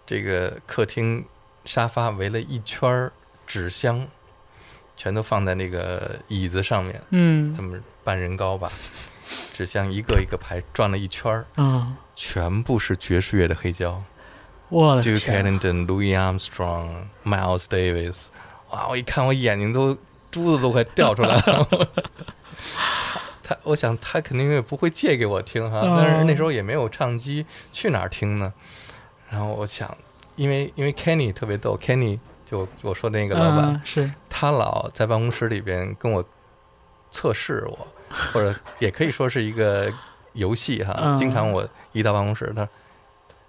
[SPEAKER 2] 这个客厅沙发围了一圈儿纸箱，全都放在那个椅子上面，
[SPEAKER 1] 嗯
[SPEAKER 2] 这，么半人高吧，纸箱一个一个排转了一圈儿，
[SPEAKER 1] 啊，
[SPEAKER 2] 全部是爵士乐的黑胶
[SPEAKER 1] 我的
[SPEAKER 2] ，Duke
[SPEAKER 1] 天啊，
[SPEAKER 2] Ellington、Louis Armstrong、Miles Davis，哇！我一看我眼睛都珠子都快掉出 来了。他他，我想他肯定也不会借给我听哈，
[SPEAKER 1] 哦
[SPEAKER 2] 但是那时候也没有唱机，去哪儿听呢？然后我想，因为因为 Kenny 特别逗，Kenny 就我说那个老板，
[SPEAKER 1] 啊是，
[SPEAKER 2] 他老在办公室里边跟我测试 我，或者也可以说是一个游戏哈。
[SPEAKER 1] 嗯
[SPEAKER 2] 经常我一到办公室，他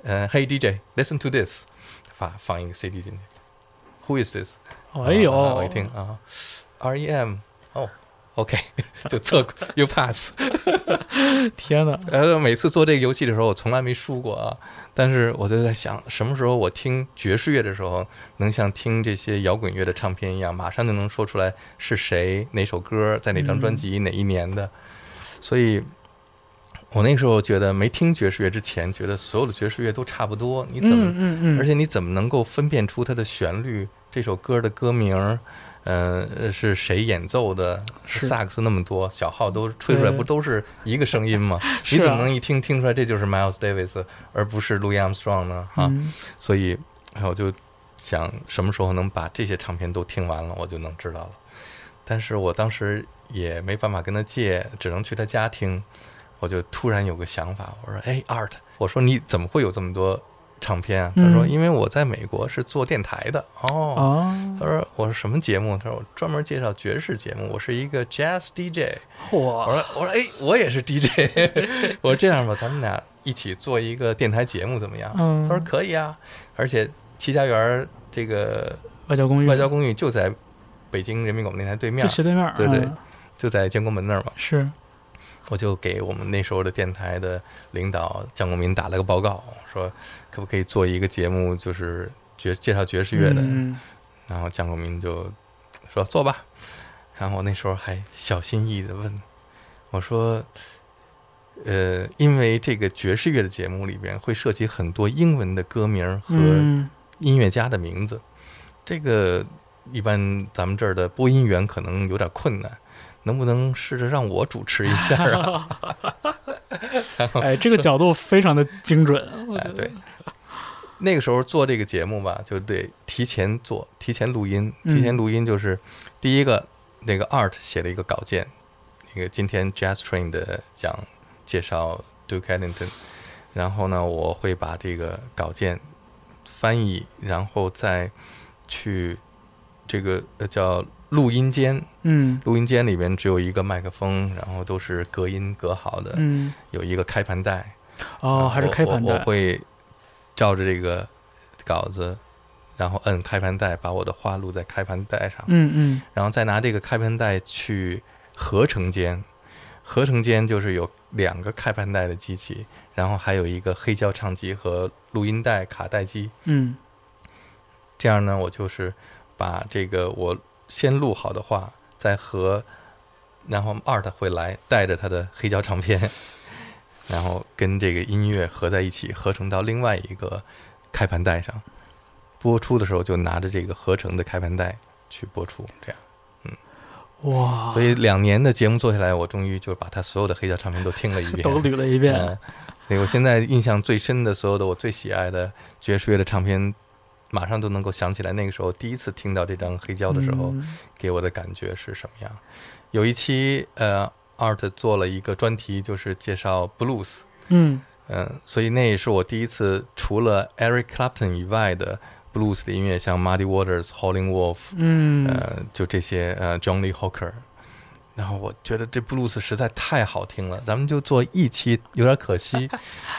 [SPEAKER 2] 嗯、h e y DJ，listen to this，发放一个 CD 进去，Who is this？
[SPEAKER 1] 哎呦，
[SPEAKER 2] 啊我一听啊，R.E.M. 哦，OK，就测又 pass。
[SPEAKER 1] 天哪，
[SPEAKER 2] 呃，每次做这个游戏的时候，我从来没输过啊。但是我就在想，什么时候我听爵士乐的时候，能像听这些摇滚乐的唱片一样，马上就能说出来是谁、哪首歌、在哪张专辑、哪一年的。所以我那时候觉得没听爵士乐之前，觉得所有的爵士乐都差不多，你怎么，
[SPEAKER 1] 嗯嗯
[SPEAKER 2] 而且你怎么能够分辨出它的旋律、这首歌的歌名儿，嗯、呃，是谁演奏的？
[SPEAKER 1] 是
[SPEAKER 2] 萨克斯那么多，小号都吹出来，
[SPEAKER 1] 对
[SPEAKER 2] 不都是一个声音吗？
[SPEAKER 1] 是啊
[SPEAKER 2] 你怎么能一听听出来这就是 Miles Davis 而不是 Louis Armstrong 呢？啊，
[SPEAKER 1] 嗯
[SPEAKER 2] 所以，哎，我就想什么时候能把这些唱片都听完了，我就能知道了。但是我当时也没办法跟他借，只能去他家听。我就突然有个想法，我说：“哎，Art，我说你怎么会有这么多唱片啊？”他说：“
[SPEAKER 1] 嗯
[SPEAKER 2] 因为我在美国是做电台的。”哦，
[SPEAKER 1] 啊
[SPEAKER 2] 他，说：“我说什么节目？”他说：“我专门介绍爵士节目，我是一个 jazz DJ。”我
[SPEAKER 1] 嚯，
[SPEAKER 2] 说我说哎，我也是 DJ，我说这样吧，咱们俩一起做一个电台节目怎么样？
[SPEAKER 1] 嗯
[SPEAKER 2] 他说可以啊，而且齐家园儿这个
[SPEAKER 1] 外交公寓，
[SPEAKER 2] 外交公寓就在北京人民广播电台对面
[SPEAKER 1] 就
[SPEAKER 2] 儿，
[SPEAKER 1] 斜对面儿，
[SPEAKER 2] 对对
[SPEAKER 1] 嗯
[SPEAKER 2] 就在建国门那儿嘛。
[SPEAKER 1] 是，
[SPEAKER 2] 我就给我们那时候的电台的领导江国民打了个报告，说可不可以做一个节目，就是爵介绍爵士乐的。
[SPEAKER 1] 嗯
[SPEAKER 2] 然后江国民就说做吧。然后我那时候还小心翼翼的问我说：“呃，因为这个爵士乐的节目里边会涉及很多英文的歌名和
[SPEAKER 1] 嗯
[SPEAKER 2] 音乐家的名字，这个一般咱们这儿的播音员可能有点困难，能不能试着让我主持一下 啊？”
[SPEAKER 1] 哎，这个角度非常的精准， 我觉
[SPEAKER 2] 哎，
[SPEAKER 1] 得
[SPEAKER 2] 对，那个时候做这个节目吧，就得提前做，提前录音，
[SPEAKER 1] 嗯
[SPEAKER 2] 提前录音就是、第一个那个 Art 写了一个稿件，那个今天 Jazz Train 的讲介绍 Duke Ellington，然后呢，我会把这个稿件翻译，然后再去这个呃叫录音间，
[SPEAKER 1] 嗯
[SPEAKER 2] 录音间里面只有一个麦克风，然后都是隔音隔好的，
[SPEAKER 1] 嗯，
[SPEAKER 2] 有一个开盘带。
[SPEAKER 1] 哦，
[SPEAKER 2] 啊
[SPEAKER 1] 还是
[SPEAKER 2] 我
[SPEAKER 1] 开盘
[SPEAKER 2] 我。
[SPEAKER 1] 带
[SPEAKER 2] 我，会照着这个稿子，然后摁开盘带，把我的话录在开盘带上，
[SPEAKER 1] 嗯嗯
[SPEAKER 2] 然后再拿这个开盘带去合成间。合成间就是有两个开盘带的机器，然后还有一个黑胶唱机和录音带卡带机。
[SPEAKER 1] 嗯
[SPEAKER 2] 这样呢，我就是把这个我先录好的话，再和然后 Art 会来带着他的黑胶唱片， 然后跟这个音乐合在一起，合成到另外一个开盘带上。播出的时候就拿着这个合成的开盘带去播出，这样。
[SPEAKER 1] 哇，
[SPEAKER 2] 所以两年的节目做下来，我终于就把他所有的黑胶唱片都听了一遍，
[SPEAKER 1] 都捋了一遍，
[SPEAKER 2] 嗯，对我现在印象最深的所有的我最喜爱的爵士乐的唱片，马上都能够想起来那个时候第一次听到这张黑胶的时候、
[SPEAKER 1] 嗯
[SPEAKER 2] 给我的感觉是什么样。有一期呃，Art 做了一个专题，就是介绍 blues，
[SPEAKER 1] 嗯
[SPEAKER 2] 嗯、所以那也是我第一次除了 Eric Clapton 以外的 blues 的音乐，像 Muddy Waters、Howlin' Wolf，
[SPEAKER 1] 嗯，
[SPEAKER 2] 呃，就这些呃，John Lee Hooker。然后我觉得这布鲁斯实在太好听了，咱们就做一期有点可惜。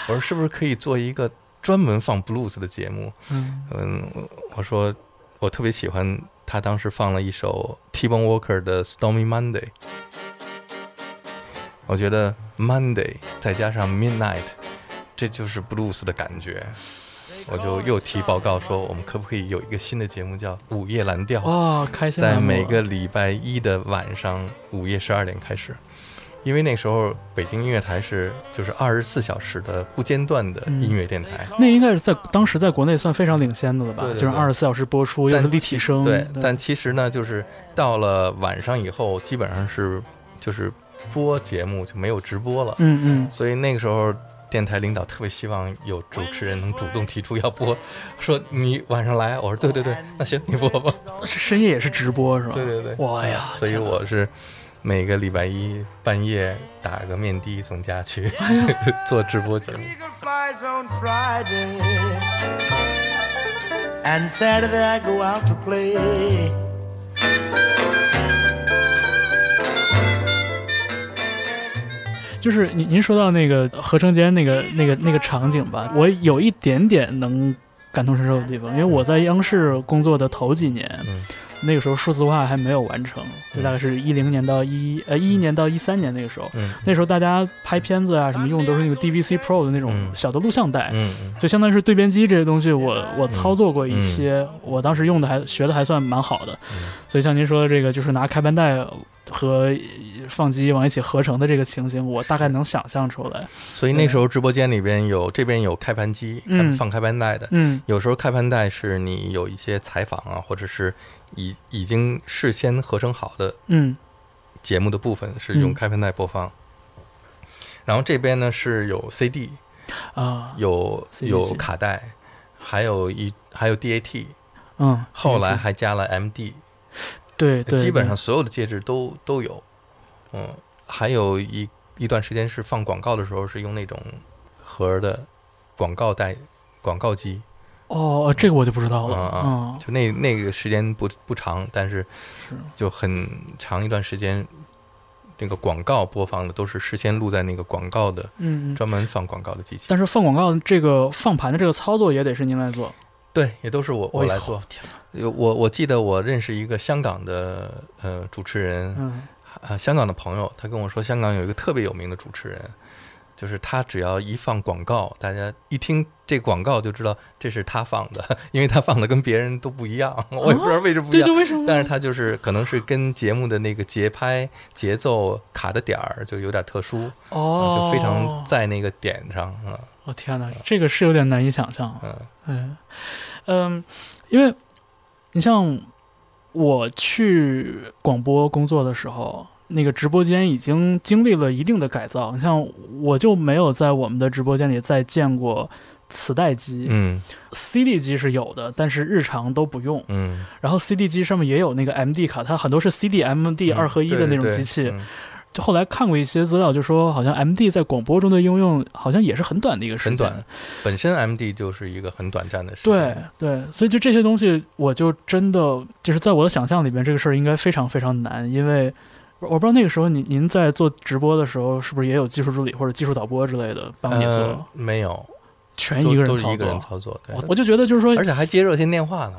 [SPEAKER 2] 我说是不是可以做一个专门放布鲁斯的节目？
[SPEAKER 1] 嗯
[SPEAKER 2] 嗯，我我说我特别喜欢他当时放了一首 T-Bone Walker 的《Stormy Monday》，我觉得 Monday 再加上 Midnight，这就是布鲁斯的感觉。我就又提报告说，我们可不可以有一个新的节目叫《午夜蓝调》？
[SPEAKER 1] 哇，开心
[SPEAKER 2] 在
[SPEAKER 1] 了
[SPEAKER 2] 每
[SPEAKER 1] 我
[SPEAKER 2] 个礼拜一的晚上午夜十二点开始，因为那时候北京音乐台是就是二十四小时的不间断的音乐电台，
[SPEAKER 1] 那应该是在当时在国内算非常领先的了吧？
[SPEAKER 2] 对对对
[SPEAKER 1] 就是二十四小时播出，又
[SPEAKER 2] 但
[SPEAKER 1] 是立体声，
[SPEAKER 2] 对，但其实呢，就是到了晚上以后，基本上是就是播节目就没有直播了，
[SPEAKER 1] 嗯嗯，
[SPEAKER 2] 所以那个时候。电台领导特别希望有主持人能主动提出要播，说你晚上来，我说对对对，那行你播吧。
[SPEAKER 1] 是深夜也是直播是吧？
[SPEAKER 2] 对对对，
[SPEAKER 1] 哇呀
[SPEAKER 2] 啊所以
[SPEAKER 1] 天哪
[SPEAKER 2] 我是每个礼拜一半夜打个面的从家去
[SPEAKER 1] 哎
[SPEAKER 2] 做直播节目。
[SPEAKER 4] Eagle flies on Friday. And Saturday I go out to play.
[SPEAKER 1] 就是您您说到那个呃合成间那个那个那个场景吧，我有一点点能感同身受的地方，因为我在央视工作的头几年，
[SPEAKER 2] 嗯
[SPEAKER 1] 那个时候数字化还没有完成，就大概是一零年到一呃一一年到一三年那个时候，
[SPEAKER 2] 嗯
[SPEAKER 1] 那时候大家拍片子啊什么用的都是那个 DVC Pro 的那种
[SPEAKER 2] 嗯
[SPEAKER 1] 小的录像带，
[SPEAKER 2] 嗯嗯
[SPEAKER 1] 就相当于是对边机这些东西我，我操作过一
[SPEAKER 2] 嗯
[SPEAKER 1] 些，我当时用的还学的还算蛮好的，所以像您说的这个，就是拿开盘带和放鸡一王一起合成的这个情形，我大概能想象出 来。
[SPEAKER 2] 所以那时候直播间里边有这边有开盘机，
[SPEAKER 1] 嗯
[SPEAKER 2] 开放开盘带的，
[SPEAKER 1] 嗯
[SPEAKER 2] 有时候开盘带是你有一些采访啊，或者是已已经事先合成好的
[SPEAKER 1] 嗯
[SPEAKER 2] 节目的部分是用
[SPEAKER 1] 嗯
[SPEAKER 2] 开盘带播放。然后这边呢是有 CD，
[SPEAKER 1] 啊
[SPEAKER 2] 有
[SPEAKER 1] CD
[SPEAKER 2] 有
[SPEAKER 1] 机
[SPEAKER 2] 卡带，还有一还有 DAT，
[SPEAKER 1] 嗯，
[SPEAKER 2] 后来
[SPEAKER 1] 没错
[SPEAKER 2] 还加了 MD，
[SPEAKER 1] 对对，
[SPEAKER 2] 基本
[SPEAKER 1] 对
[SPEAKER 2] 上所有的介质都都有。嗯，还有一一段时间是放广告的时候是用那种盒儿的广告带广告机，
[SPEAKER 1] 哦，这个我就不知道了。
[SPEAKER 2] 啊啊
[SPEAKER 1] 嗯
[SPEAKER 2] 就那那个时间不不长，但是
[SPEAKER 1] 是
[SPEAKER 2] 就很长一段时间，那个广告播放的都是事先录在那个广告的
[SPEAKER 1] 嗯，嗯
[SPEAKER 2] 专门放广告的机器。
[SPEAKER 1] 但是放广告这个放盘的这个操作也得是您来做。
[SPEAKER 2] 对，也都是我我
[SPEAKER 1] 哎呦
[SPEAKER 2] 来做。
[SPEAKER 1] 天哪
[SPEAKER 2] 有我我记得我认识一个香港的呃主持人，
[SPEAKER 1] 嗯
[SPEAKER 2] 啊，香港的朋友，他跟我说，香港有一个特别有名的主持人，就是他只要一放广告，大家一听这广告就知道这是他放的， 因为他放的跟别人都不一样， 我也不知道为什么不
[SPEAKER 1] 哦对，
[SPEAKER 2] 一样。
[SPEAKER 1] 这为什么？
[SPEAKER 2] 但是他就是可能是跟节目的那个节拍、节奏卡的点儿就有点特殊，啊
[SPEAKER 1] 哦，
[SPEAKER 2] 就非常在那个点上啊，
[SPEAKER 1] 我哦天哪，这个是有点难以想象。
[SPEAKER 2] 嗯
[SPEAKER 1] 嗯嗯，因为你像我去广播工作的时候，那个直播间已经经历了一定的改造。你像我就没有在我们的直播间里再见过磁带机、
[SPEAKER 2] 嗯
[SPEAKER 1] CD 机是有的，但是日常都不用。
[SPEAKER 2] 嗯，
[SPEAKER 1] 然后 CD 机上面也有那个 MD 卡，它很多是 CD、MD
[SPEAKER 2] 嗯
[SPEAKER 1] 二合一的
[SPEAKER 2] 对
[SPEAKER 1] 那
[SPEAKER 2] 对
[SPEAKER 1] 种
[SPEAKER 2] 对
[SPEAKER 1] 机器。
[SPEAKER 2] 嗯
[SPEAKER 1] 就后来看过一些资料，就说好像 MD 在广播中的应用好像也是很短的一个时
[SPEAKER 2] 很
[SPEAKER 1] 间，
[SPEAKER 2] 短。本身 M D 就是一个很短暂的时
[SPEAKER 1] 对
[SPEAKER 2] 间，
[SPEAKER 1] 对，所以就这些东西，我就真的就是在我的想象里边，这个事儿应该非常非常难，因为我我不知道那个时候您您在做直播的时候，是不是也有技术助理或者技术导播之类的帮你做，
[SPEAKER 2] 呃，没有，
[SPEAKER 1] 全
[SPEAKER 2] 都
[SPEAKER 1] 个人
[SPEAKER 2] 都是
[SPEAKER 1] 操
[SPEAKER 2] 一个人
[SPEAKER 1] 作。哦
[SPEAKER 2] 操作，对
[SPEAKER 1] 我，我就觉得就是说
[SPEAKER 2] 而，且还接热线电话 呢，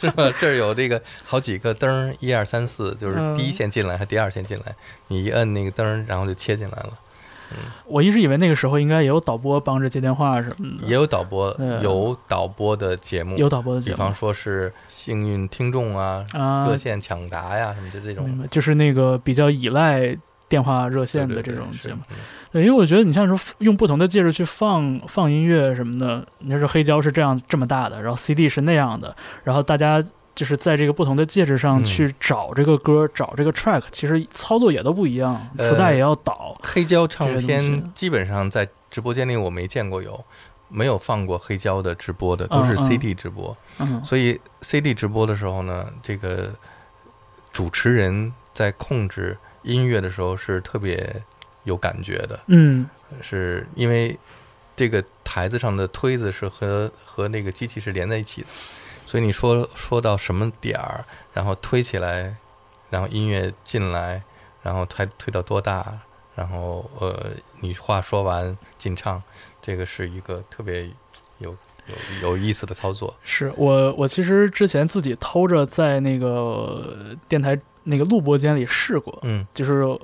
[SPEAKER 2] 是吧？这儿有这个好几个灯儿，一二三四，就是
[SPEAKER 1] 嗯
[SPEAKER 2] 第一线进来，还第二线进来，你一摁那个灯儿，然后就切进来了。
[SPEAKER 1] 我一直以为那个时候应该也有导播帮着接电话什么的，
[SPEAKER 2] 也有导播
[SPEAKER 1] 嗯，
[SPEAKER 2] 有导播的节目，
[SPEAKER 1] 有导播的
[SPEAKER 2] 比
[SPEAKER 1] 节
[SPEAKER 2] 方
[SPEAKER 1] 目
[SPEAKER 2] 说是幸运听众啊、
[SPEAKER 1] 啊
[SPEAKER 2] 热，线抢答呀什么的这
[SPEAKER 1] 明白
[SPEAKER 2] 种
[SPEAKER 1] 就是那个比较依赖电话热
[SPEAKER 2] 对
[SPEAKER 1] 线的
[SPEAKER 2] 对
[SPEAKER 1] 这
[SPEAKER 2] 对
[SPEAKER 1] 种
[SPEAKER 2] 是
[SPEAKER 1] 节目。
[SPEAKER 2] 嗯
[SPEAKER 1] 对，因为我觉得你像说用不同的介质去放放音乐什么的，你要是黑胶是这样这么大的，然后 CD 是那样的，然后大家就是在这个不同的介质上
[SPEAKER 2] 嗯
[SPEAKER 1] 去找这个歌、找这个 track，其实操作也都不一样，
[SPEAKER 2] 呃
[SPEAKER 1] 磁带也要导，
[SPEAKER 2] 黑胶
[SPEAKER 1] 这
[SPEAKER 2] 唱
[SPEAKER 1] 个东西
[SPEAKER 2] 片基本上在直播间里我没见过有，没有放过黑胶的直播的，都
[SPEAKER 1] 嗯
[SPEAKER 2] 是
[SPEAKER 1] 嗯
[SPEAKER 2] CD 直播。
[SPEAKER 1] 嗯
[SPEAKER 2] 所以 CD 直播的时候呢，这个主持人在控制音乐的时候是特别有感觉的，
[SPEAKER 1] 嗯
[SPEAKER 2] 是因为这个台子上的推子是和和那个机器是连在一起的，所以你说说到什么点儿，然后推起来，然后音乐进来，然后推推到多大，然后呃，你话说完进唱，这个是一个特别有有有意思的操作。
[SPEAKER 1] 是我我其实之前自己偷着在那个电台那个录播间里试过，
[SPEAKER 2] 嗯
[SPEAKER 1] 就是我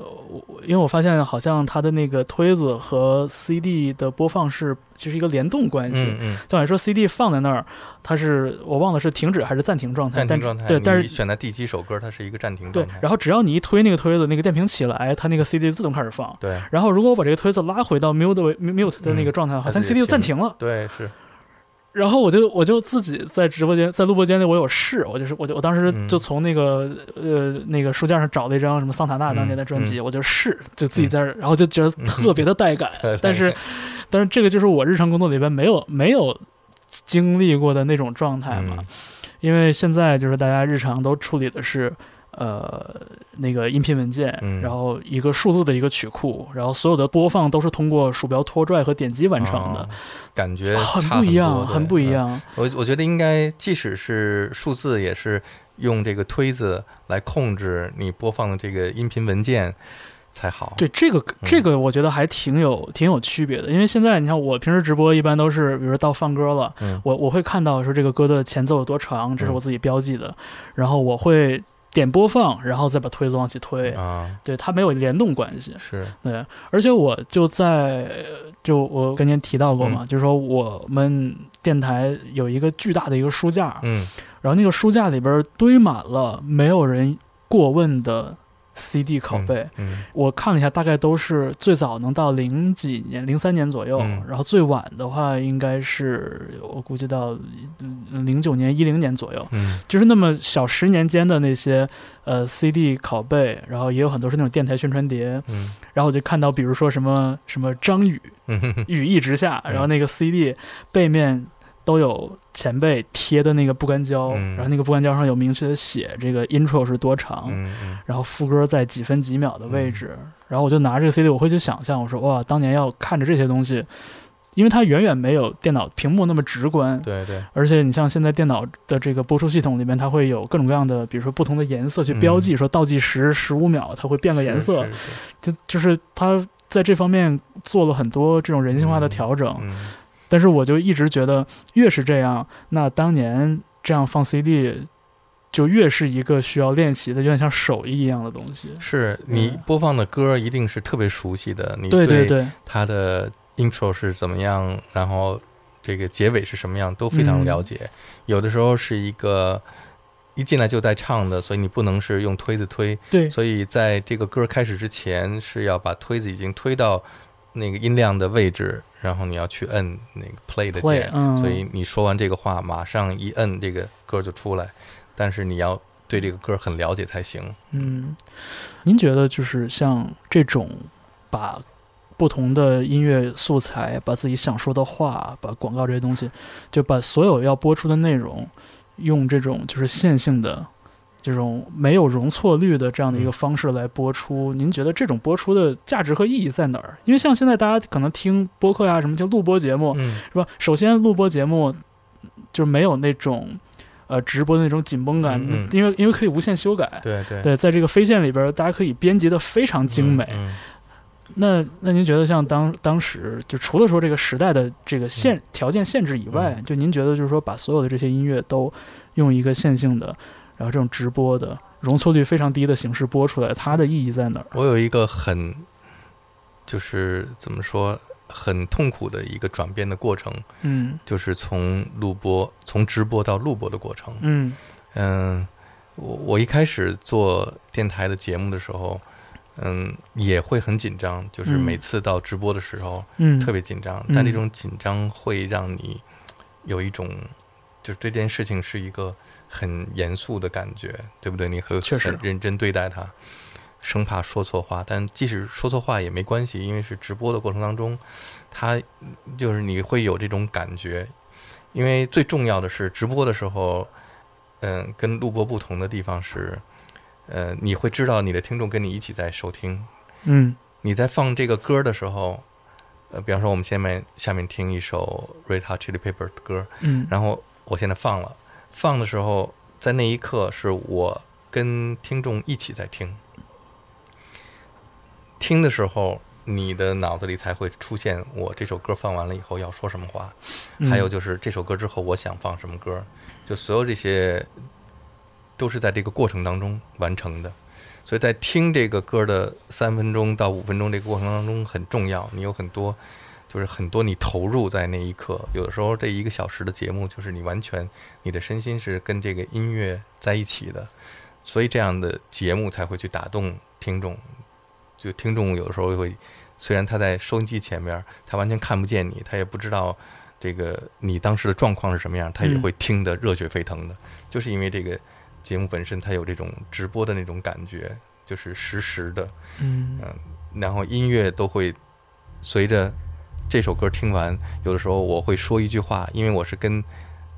[SPEAKER 1] 我因为我发现好像它的那个推子和 CD 的播放是就是一个联动关系，
[SPEAKER 2] 嗯嗯，
[SPEAKER 1] 就好像说 CD 放在那儿，它是我忘了是停止还是暂停状态，嗯
[SPEAKER 2] 暂停
[SPEAKER 1] 但
[SPEAKER 2] 状态，
[SPEAKER 1] 对，但
[SPEAKER 2] 你
[SPEAKER 1] 是
[SPEAKER 2] 选在第几首歌，它是一个暂停
[SPEAKER 1] 对
[SPEAKER 2] 状态，。
[SPEAKER 1] 然后只要你一推那个推子，那个电瓶起来，它那个 CD 自动开始放。
[SPEAKER 2] 对
[SPEAKER 1] 然后如果我把这个推子拉回到 mute 的位 mute 的那个
[SPEAKER 2] 嗯
[SPEAKER 1] 状态的话，它
[SPEAKER 2] 它自己
[SPEAKER 1] CD 就暂
[SPEAKER 2] 停
[SPEAKER 1] 停了。
[SPEAKER 2] 对是，
[SPEAKER 1] 然后我就我就自己在直播间在录播间里我有试，我就是我就我当时
[SPEAKER 2] 嗯
[SPEAKER 1] 就从那个、呃那个书架上找了一张什么桑塔纳当年的专辑，我就试，就自己在那儿，然后就觉得特别的带 感。
[SPEAKER 2] 嗯
[SPEAKER 1] 但是但是这个就是我日常工作里边没有没有经历过的那种状态嘛。
[SPEAKER 2] 嗯
[SPEAKER 1] 因为现在就是大家日常都处理的是，呃，那个音频文件，
[SPEAKER 2] 嗯
[SPEAKER 1] 然后一个数字的一个曲库，然后所有的播放都是通过鼠标拖拽和点击完成的
[SPEAKER 2] 哦，感觉
[SPEAKER 1] 很
[SPEAKER 2] 差
[SPEAKER 1] 不一样，
[SPEAKER 2] 多
[SPEAKER 1] 很不一。
[SPEAKER 2] 对嗯
[SPEAKER 1] 样。
[SPEAKER 2] 我我觉得应该，即使是数字，也是用这个推子来控制你播放的这个音频文件才好。
[SPEAKER 1] 对这个
[SPEAKER 2] 嗯
[SPEAKER 1] 这个，我觉得还挺有挺有区别的，因为现在你像我平时直播一般都是，比如说到放歌了，
[SPEAKER 2] 嗯
[SPEAKER 1] 我我会看到说这个歌的前奏有多长，这是我自己标记的，然后我会点播放，然后再把推子往起推，
[SPEAKER 2] 啊，
[SPEAKER 1] 对啊它没有联动关系。
[SPEAKER 2] 是
[SPEAKER 1] 对，而且我就在就我跟您提到过
[SPEAKER 2] 嗯
[SPEAKER 1] 嘛，就是说我们电台有一个巨大的一个书架，
[SPEAKER 2] 嗯
[SPEAKER 1] 然后那个书架里边堆满了没有人过问的 CD 拷贝。
[SPEAKER 2] 嗯，
[SPEAKER 1] 我看了一下，大概都是最早能到零几年、零三年左右，
[SPEAKER 2] 嗯
[SPEAKER 1] 然后最晚的话应该是我估计到嗯零九年、一零年左右，
[SPEAKER 2] 嗯
[SPEAKER 1] 就是那么小十年间的那些呃 CD 拷贝，然后也有很多是那种电台宣传碟，
[SPEAKER 2] 嗯
[SPEAKER 1] 然后我就看到比如说什么什么张宇
[SPEAKER 2] 嗯嗯
[SPEAKER 1] 雨一直下，
[SPEAKER 2] 嗯
[SPEAKER 1] 然后那个 CD 背面都有前辈贴的那个不干胶，
[SPEAKER 2] 嗯
[SPEAKER 1] 然后那个不干胶上有明确的写这个 intro 是多长，
[SPEAKER 2] 嗯
[SPEAKER 1] 然后副歌在几分几秒的位置，然后我就拿这个 CD，我会去想象，我说哇，当年要看着这些东西，因为它远远没有电脑屏幕那么直观
[SPEAKER 2] 嗯，，对对，
[SPEAKER 1] 而且你像现在电脑的这个播出系统里面，它会有各种各样的，比如说不同的颜色去标记，说倒计时十五秒，它会变个颜
[SPEAKER 2] 嗯是
[SPEAKER 1] 色，
[SPEAKER 2] 是是
[SPEAKER 1] 就就是它在这方面做了很多这种人性化的调整。
[SPEAKER 2] 嗯
[SPEAKER 1] 但是我就一直觉得，越是这样，那当年这样放 CD。就越是一个需要练习的，有点像手艺一样的东西。
[SPEAKER 2] 是你播放的歌一定是特别熟悉的，你
[SPEAKER 1] 对对对，
[SPEAKER 2] 它的 intro 是怎么样，然后这个结尾是什么样都非
[SPEAKER 1] 嗯
[SPEAKER 2] 常了解。有的时候是一个一进来就带唱的，所以你不能是用推子推，
[SPEAKER 1] 对，
[SPEAKER 2] 所以在这个歌开始之前是要把推子已经推到那个音量的位置，然后你要去摁那个 play 的
[SPEAKER 1] Play，
[SPEAKER 2] 键。
[SPEAKER 1] 嗯
[SPEAKER 2] 所以你说完这个话，马上一摁这个歌就出来，但是你要对这个歌很了解才行。
[SPEAKER 1] 嗯，您觉得就是像这种把不同的音乐素材、把自己想说的话、把广告这些东西，就把所有要播出的内容，用这种就是线性的。这种没有容错率的这样的
[SPEAKER 2] 嗯
[SPEAKER 1] 一个方式来播出，您觉得这种播出的价值和意义在哪儿？因为像现在大家可能听播客呀、啊什么就录播节目，
[SPEAKER 2] 嗯
[SPEAKER 1] 是吧？首先，录播节目就没有那种呃直播的那种紧绷感，
[SPEAKER 2] 嗯嗯
[SPEAKER 1] 因为因为可以无限修改。
[SPEAKER 2] 对对，
[SPEAKER 1] 对，在这个飞线里边儿，大家可以编辑的非常精美。
[SPEAKER 2] 嗯
[SPEAKER 1] 那那您觉得像当当时就除了说这个时代的这个限、
[SPEAKER 2] 嗯
[SPEAKER 1] 条件限制以外，就您觉得就是说把所有的这些音乐都用一个线性的，然后这种直播的容错率非常低的形式播出来，它的意义在哪儿？
[SPEAKER 2] 我有一个很，就是怎么说，很痛苦的一个转变的过程，
[SPEAKER 1] 嗯
[SPEAKER 2] 就是从录播，从直播到录播的过程。
[SPEAKER 1] 嗯
[SPEAKER 2] 嗯，我我一开始做电台的节目的时候，嗯，也会很紧张，就是
[SPEAKER 1] 嗯
[SPEAKER 2] 每次到直播的时候、
[SPEAKER 1] 嗯，
[SPEAKER 2] 特别紧张，但这
[SPEAKER 1] 嗯
[SPEAKER 2] 种紧张会让你有一种，就是这件事情是一个很严肃的感觉，对不对？你会
[SPEAKER 1] 确实
[SPEAKER 2] 很认真对待它，生怕说错话，但即使说错话也没关系，因为是直播的过程当中，它就是你会有这种感觉，因为最重要的是直播的时候，嗯，跟录播不同的地方是，呃，你会知道你的听众跟你一起在收听，
[SPEAKER 1] 嗯
[SPEAKER 2] 你在放这个歌的时候，呃，比方说我们下面下面听一首 Red Hot Chili Pepper 的歌，
[SPEAKER 1] 嗯
[SPEAKER 2] 然后我现在放了，放的时候，在那一刻是我跟听众一起在听，听的时候，你的脑子里才会出现我这首歌放完了以后要说什么话，
[SPEAKER 1] 嗯
[SPEAKER 2] 还有就是这首歌之后我想放什么歌，就所有这些都是在这个过程当中完成的。所以在听这个歌的三分钟到五分钟这个过程当中很重要，你有很多就是很多你投入在那一刻，有的时候这一个小时的节目就是你完全你的身心是跟这个音乐在一起的，所以这样的节目才会去打动听众。就听众有的时候会，虽然他在收音机前面，他完全看不见你，他也不知道这个你当时的状况是什么样，他也
[SPEAKER 1] 嗯
[SPEAKER 2] 会听得热血沸腾的，就是因为这个节目本身它有这种直播的那种感觉，就是实时的，
[SPEAKER 1] 嗯
[SPEAKER 2] 然后音乐都会随着这首歌听完，有的时候我会说一句话，因为我是跟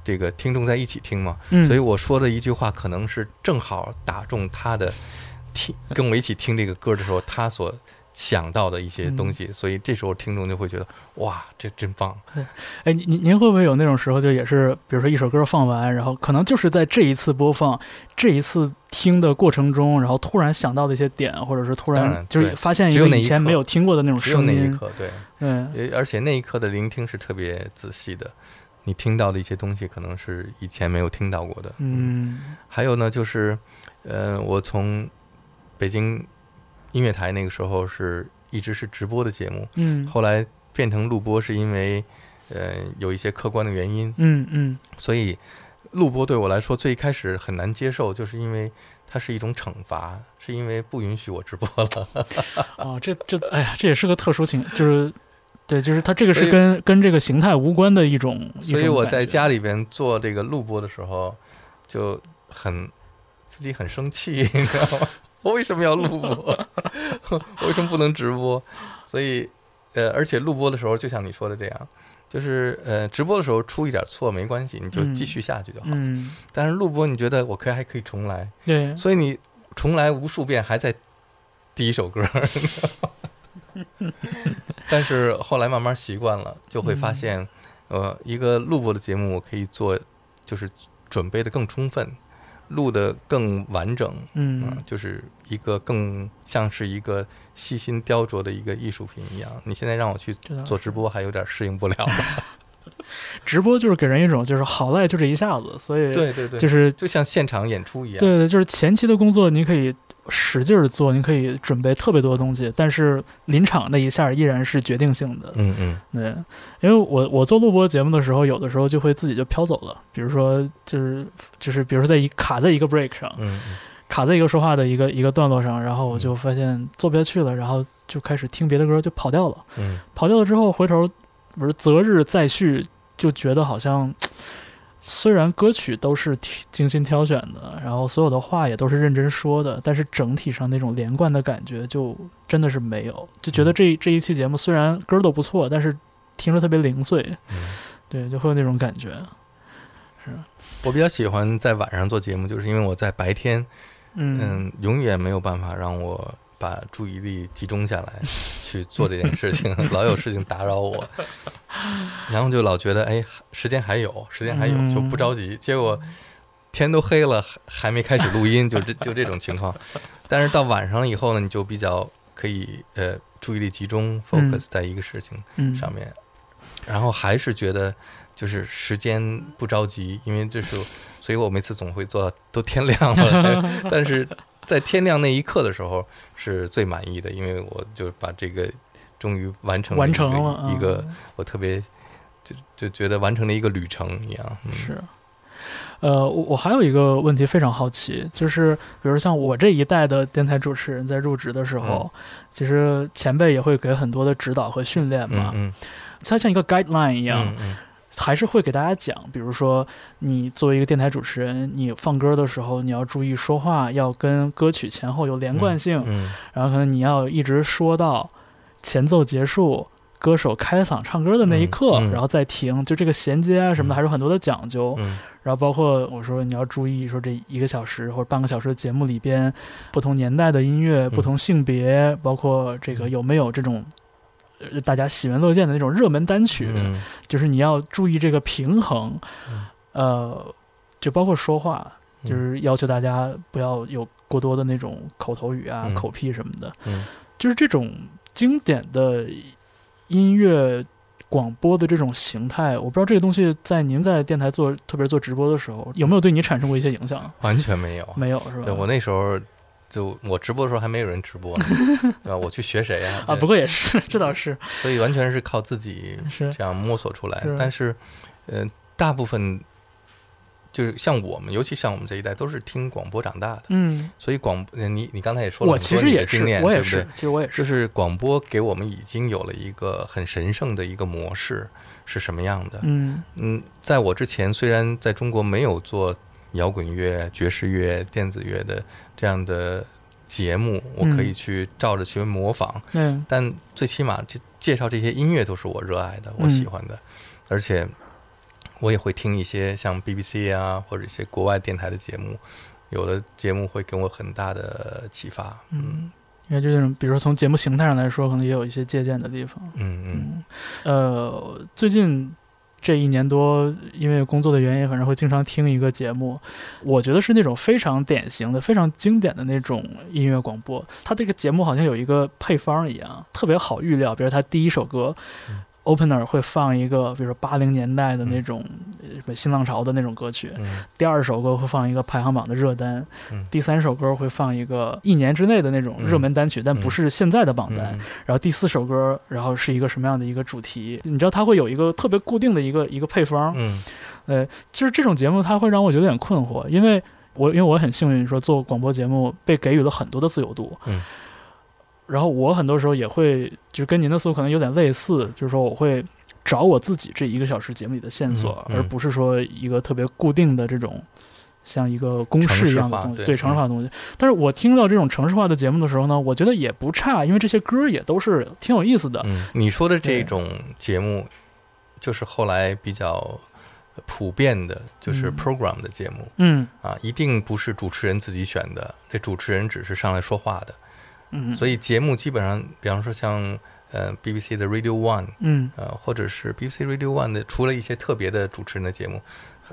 [SPEAKER 2] 这个听众在一起听嘛，
[SPEAKER 1] 嗯，
[SPEAKER 2] 所以我说的一句话可能是正好打中他的听，跟我一起听这个歌的时候，他所想到的一些东西，
[SPEAKER 1] 嗯
[SPEAKER 2] 所以这时候听众就会觉得哇，这真棒，
[SPEAKER 1] 哎，您您您会不会有那种时候，就也是，比如说一首歌放完，然后可能就是在这一次播放、这一次听的过程中，然后突然想到的一些点，或者是突
[SPEAKER 2] 当
[SPEAKER 1] 然
[SPEAKER 2] 然
[SPEAKER 1] 就是
[SPEAKER 2] 对
[SPEAKER 1] 发现一
[SPEAKER 2] 只有
[SPEAKER 1] 个
[SPEAKER 2] 那
[SPEAKER 1] 以
[SPEAKER 2] 一
[SPEAKER 1] 前
[SPEAKER 2] 刻
[SPEAKER 1] 没有听过的那种
[SPEAKER 2] 只
[SPEAKER 1] 嗯
[SPEAKER 2] 有
[SPEAKER 1] 声
[SPEAKER 2] 那一
[SPEAKER 1] 音，
[SPEAKER 2] 刻，对。
[SPEAKER 1] 对，
[SPEAKER 2] 呃而且那一刻的聆听是特别仔细的，你听到的一些东西可能是以前没有听到过的。，
[SPEAKER 1] 嗯
[SPEAKER 2] 还有呢，就是，呃，我从北京音乐台那个时候是一直是直播的节目，
[SPEAKER 1] 嗯
[SPEAKER 2] 后来变成录播是因为，呃，有一些客观的原因，
[SPEAKER 1] 嗯嗯
[SPEAKER 2] 所以录播对我来说最一开始很难接受，就是因为它是一种惩罚，是因为不允许我直播了。
[SPEAKER 1] 啊，这这，哎呀，这也是个特殊情，就是，对，就是它这个
[SPEAKER 2] 所
[SPEAKER 1] 是
[SPEAKER 2] 以
[SPEAKER 1] 跟跟这个形态无关的一种，一
[SPEAKER 2] 所以
[SPEAKER 1] 种
[SPEAKER 2] 我
[SPEAKER 1] 感
[SPEAKER 2] 在
[SPEAKER 1] 觉
[SPEAKER 2] 家里边做这个录播的时候，就很自己很生气，你知道吗？ 我为什么要录播？ 我为什么不能直播？所以，呃，而且录播的时候，就像你说的这样，就是呃，直播的时候出一点错没关系，你就
[SPEAKER 1] 嗯
[SPEAKER 2] 继续下去就好。
[SPEAKER 1] 嗯，
[SPEAKER 2] 但是录播，你觉得我可以还可以重来，
[SPEAKER 1] 对，
[SPEAKER 2] 所以你重来无数遍，还在第一首歌。你知道吗 但是后来慢慢习惯了，就会
[SPEAKER 1] 嗯
[SPEAKER 2] 发现，呃，一个录播的节目，我可以做，就是准备的更充分，录的更完整，啊
[SPEAKER 1] 嗯
[SPEAKER 2] 就是一个更像是一个细心雕琢的一个艺术品一样。你现在让我去
[SPEAKER 1] 这倒
[SPEAKER 2] 做直播，还有点适 应不了。
[SPEAKER 1] 直播就是给人一种就是好赖就这一下子，所以
[SPEAKER 2] 对对对，
[SPEAKER 1] 就是
[SPEAKER 2] 就像现场演出一样。
[SPEAKER 1] 对对，就是前期的工作你可以使劲儿做，你可以准备特别多东西，但是临场那一下儿依然是决定性的。
[SPEAKER 2] 嗯嗯
[SPEAKER 1] 对，因为我我做录播节目的时候，有的时候就会自己就飘走了，比如说就是就是比如说在一卡在一个 break 上，
[SPEAKER 2] 嗯嗯，
[SPEAKER 1] 卡在一个说话的一个一个段落上，然后我就发现做不下去了，然后就开始听别的歌，就跑掉了。
[SPEAKER 2] 嗯，
[SPEAKER 1] 跑掉了之后，回头不是择日再续，就觉得好像虽然歌曲都是挺精心挑选的，然后所有的话也都是认真说的，但是整体上那种连贯的感觉就真的是没有，就觉
[SPEAKER 2] 嗯
[SPEAKER 1] 得这这一期节目虽然歌儿都不错，但是听着特别零碎，
[SPEAKER 2] 嗯
[SPEAKER 1] 对，就会有那种感觉。
[SPEAKER 2] 我比较喜欢在晚上做节目，就是因为我在白天。
[SPEAKER 1] 嗯，
[SPEAKER 2] 嗯，永远没有办法让我把注意力集中下来去做这件事情， 老有事情打扰我，然后就老觉得哎，时间还有，时间还有，就不着急。结果天都黑了，还还没开始录音，就这就这种情况。但是到晚上以后呢，你就比较可以呃注意力集中
[SPEAKER 1] 嗯
[SPEAKER 2] focus 在一个事情
[SPEAKER 1] 嗯
[SPEAKER 2] 上面，然后还是觉得就是时间不着急，因为这是，所以我每次总会做到都天亮 了，但是在天亮那一刻的时候是最满意的，因为我就把这个终于完成
[SPEAKER 1] 完
[SPEAKER 2] 一个
[SPEAKER 1] 成了嗯
[SPEAKER 2] 一个我特别就就觉得完成了一个旅程一样，嗯
[SPEAKER 1] 是。呃，我我还有一个问题非常好奇，就是比如像我这一代的电台主持人在入职的时候，
[SPEAKER 2] 嗯
[SPEAKER 1] 其实前辈也会给很多的指导和训练嘛，
[SPEAKER 2] 嗯
[SPEAKER 1] 它像一个 guideline 一
[SPEAKER 2] 嗯
[SPEAKER 1] 样，
[SPEAKER 2] 嗯嗯
[SPEAKER 1] 还是会给大家讲，比如说你作为一个电台主持人，你放歌的时候你要注意说话要跟歌曲前后有连贯性，
[SPEAKER 2] 嗯
[SPEAKER 1] 然后可能你要一直说到前奏结束，歌手开嗓唱歌的那一刻，
[SPEAKER 2] 嗯嗯
[SPEAKER 1] 然后再停，就这个衔接啊什么的，
[SPEAKER 2] 嗯
[SPEAKER 1] 还是有很多的讲究。
[SPEAKER 2] 嗯
[SPEAKER 1] 然后包括我说你要注意，说这一个小时或者半个小时的节目里边，不同年代的音乐、不同性别，包括这个有没有这种。呃大家喜闻乐见的那种热门单曲，
[SPEAKER 2] 嗯
[SPEAKER 1] 就是你要注意这个平衡，呃，就包括说话，
[SPEAKER 2] 嗯
[SPEAKER 1] 就是要求大家不要有过多的那种口头语啊、
[SPEAKER 2] 嗯
[SPEAKER 1] 口癖什么的，
[SPEAKER 2] 嗯
[SPEAKER 1] 就是这种经典的音乐广播的这种形态，我不知道这个东西在您在电台做，特别是做直播的时候，有没有对你产生过一些影响？
[SPEAKER 2] 完全没有，
[SPEAKER 1] 没有是吧？
[SPEAKER 2] 对我那时候就我直播的时候还没有人直 播呢，对吧？我去学谁呀？
[SPEAKER 1] 啊，
[SPEAKER 2] 对
[SPEAKER 1] 不过也是，这倒是，
[SPEAKER 2] 所以完全是靠自己
[SPEAKER 1] 是
[SPEAKER 2] 这样摸索出来
[SPEAKER 1] 是。
[SPEAKER 2] 但是，呃，大部分就是像我们，尤其像我们这一代，都是听广播长大的。
[SPEAKER 1] 嗯，
[SPEAKER 2] 所以广，呃你你刚才也说了
[SPEAKER 1] 我
[SPEAKER 2] 很
[SPEAKER 1] 其
[SPEAKER 2] 多
[SPEAKER 1] 实
[SPEAKER 2] 你的
[SPEAKER 1] 也
[SPEAKER 2] 经
[SPEAKER 1] 是
[SPEAKER 2] 验，，
[SPEAKER 1] 我也
[SPEAKER 2] 对不
[SPEAKER 1] 是
[SPEAKER 2] 对，？
[SPEAKER 1] 其实我也是，
[SPEAKER 2] 就是广播给我们已经有了一个很神圣的一个模式是什么样的？
[SPEAKER 1] 嗯
[SPEAKER 2] 嗯，在我之前，虽然在中国没有做摇滚乐、爵士乐、电子乐的这样的节目，我可以
[SPEAKER 1] 嗯
[SPEAKER 2] 去照着去模仿，
[SPEAKER 1] 嗯
[SPEAKER 2] 但最起码这介绍这些音乐都是我热爱的，我
[SPEAKER 1] 嗯
[SPEAKER 2] 喜欢的，而且我也会听一些像 BBC 啊或者一些国外电台的节目，有的节目会给我很大的启发。嗯
[SPEAKER 1] 嗯，因为这种，比如说从节目形态上来说，可能也有一些借鉴的地方。
[SPEAKER 2] 嗯
[SPEAKER 1] 嗯，呃，最近这一年多，因为工作的原因，反正会经常听一个节目，我觉得是那种非常典型的、非常经典的那种音乐广播。它这个节目好像有一个配方一样，特别好预料。比如它第一首歌。opener 会放一个，比如说八零年代的那种呃什么新浪潮的那种歌曲，
[SPEAKER 2] 嗯嗯
[SPEAKER 1] 第二首歌会放一个排行榜的热单，
[SPEAKER 2] 嗯
[SPEAKER 1] 第三首歌会放一个一年之内的那种热门单曲，但不是现在的榜单。
[SPEAKER 2] 嗯
[SPEAKER 1] 然后第四首歌，然后是一个什么样的一个主题？你知道它会有一个特别固定的一个一个配方，
[SPEAKER 2] 嗯
[SPEAKER 1] 呃，就是这种节目它会让我觉得有点困惑，因为我因为我很幸运，说做广播节目被给予了很多的自由度。
[SPEAKER 2] 嗯。
[SPEAKER 1] 然后我很多时候也会，就是跟您的思路可能有点类似，就是说我会找我自己这一个小时节目里的线索，
[SPEAKER 2] 嗯嗯
[SPEAKER 1] 而不是说一个特别固定的这种像一个公式一样的
[SPEAKER 2] 城市化
[SPEAKER 1] 东西，
[SPEAKER 2] 对嗯
[SPEAKER 1] 对城市化的东西。但是我听到这种城市化的节目的时候呢，我觉得也不差，因为这些歌也都是挺有意思的。
[SPEAKER 2] 嗯，你说的
[SPEAKER 1] 对
[SPEAKER 2] 这种节目，就是后来比较普遍的，就是
[SPEAKER 1] 嗯
[SPEAKER 2] program 的节目、
[SPEAKER 1] 嗯
[SPEAKER 2] 啊，一定不是主持人自己选的，这主持人只是上来说话的。
[SPEAKER 1] 嗯，
[SPEAKER 2] 所以节目基本上，比方说像呃 BBC 的 Radio One，
[SPEAKER 1] 嗯
[SPEAKER 2] 呃，或者是 BBC Radio One 的，除了一些特别的主持人的节目，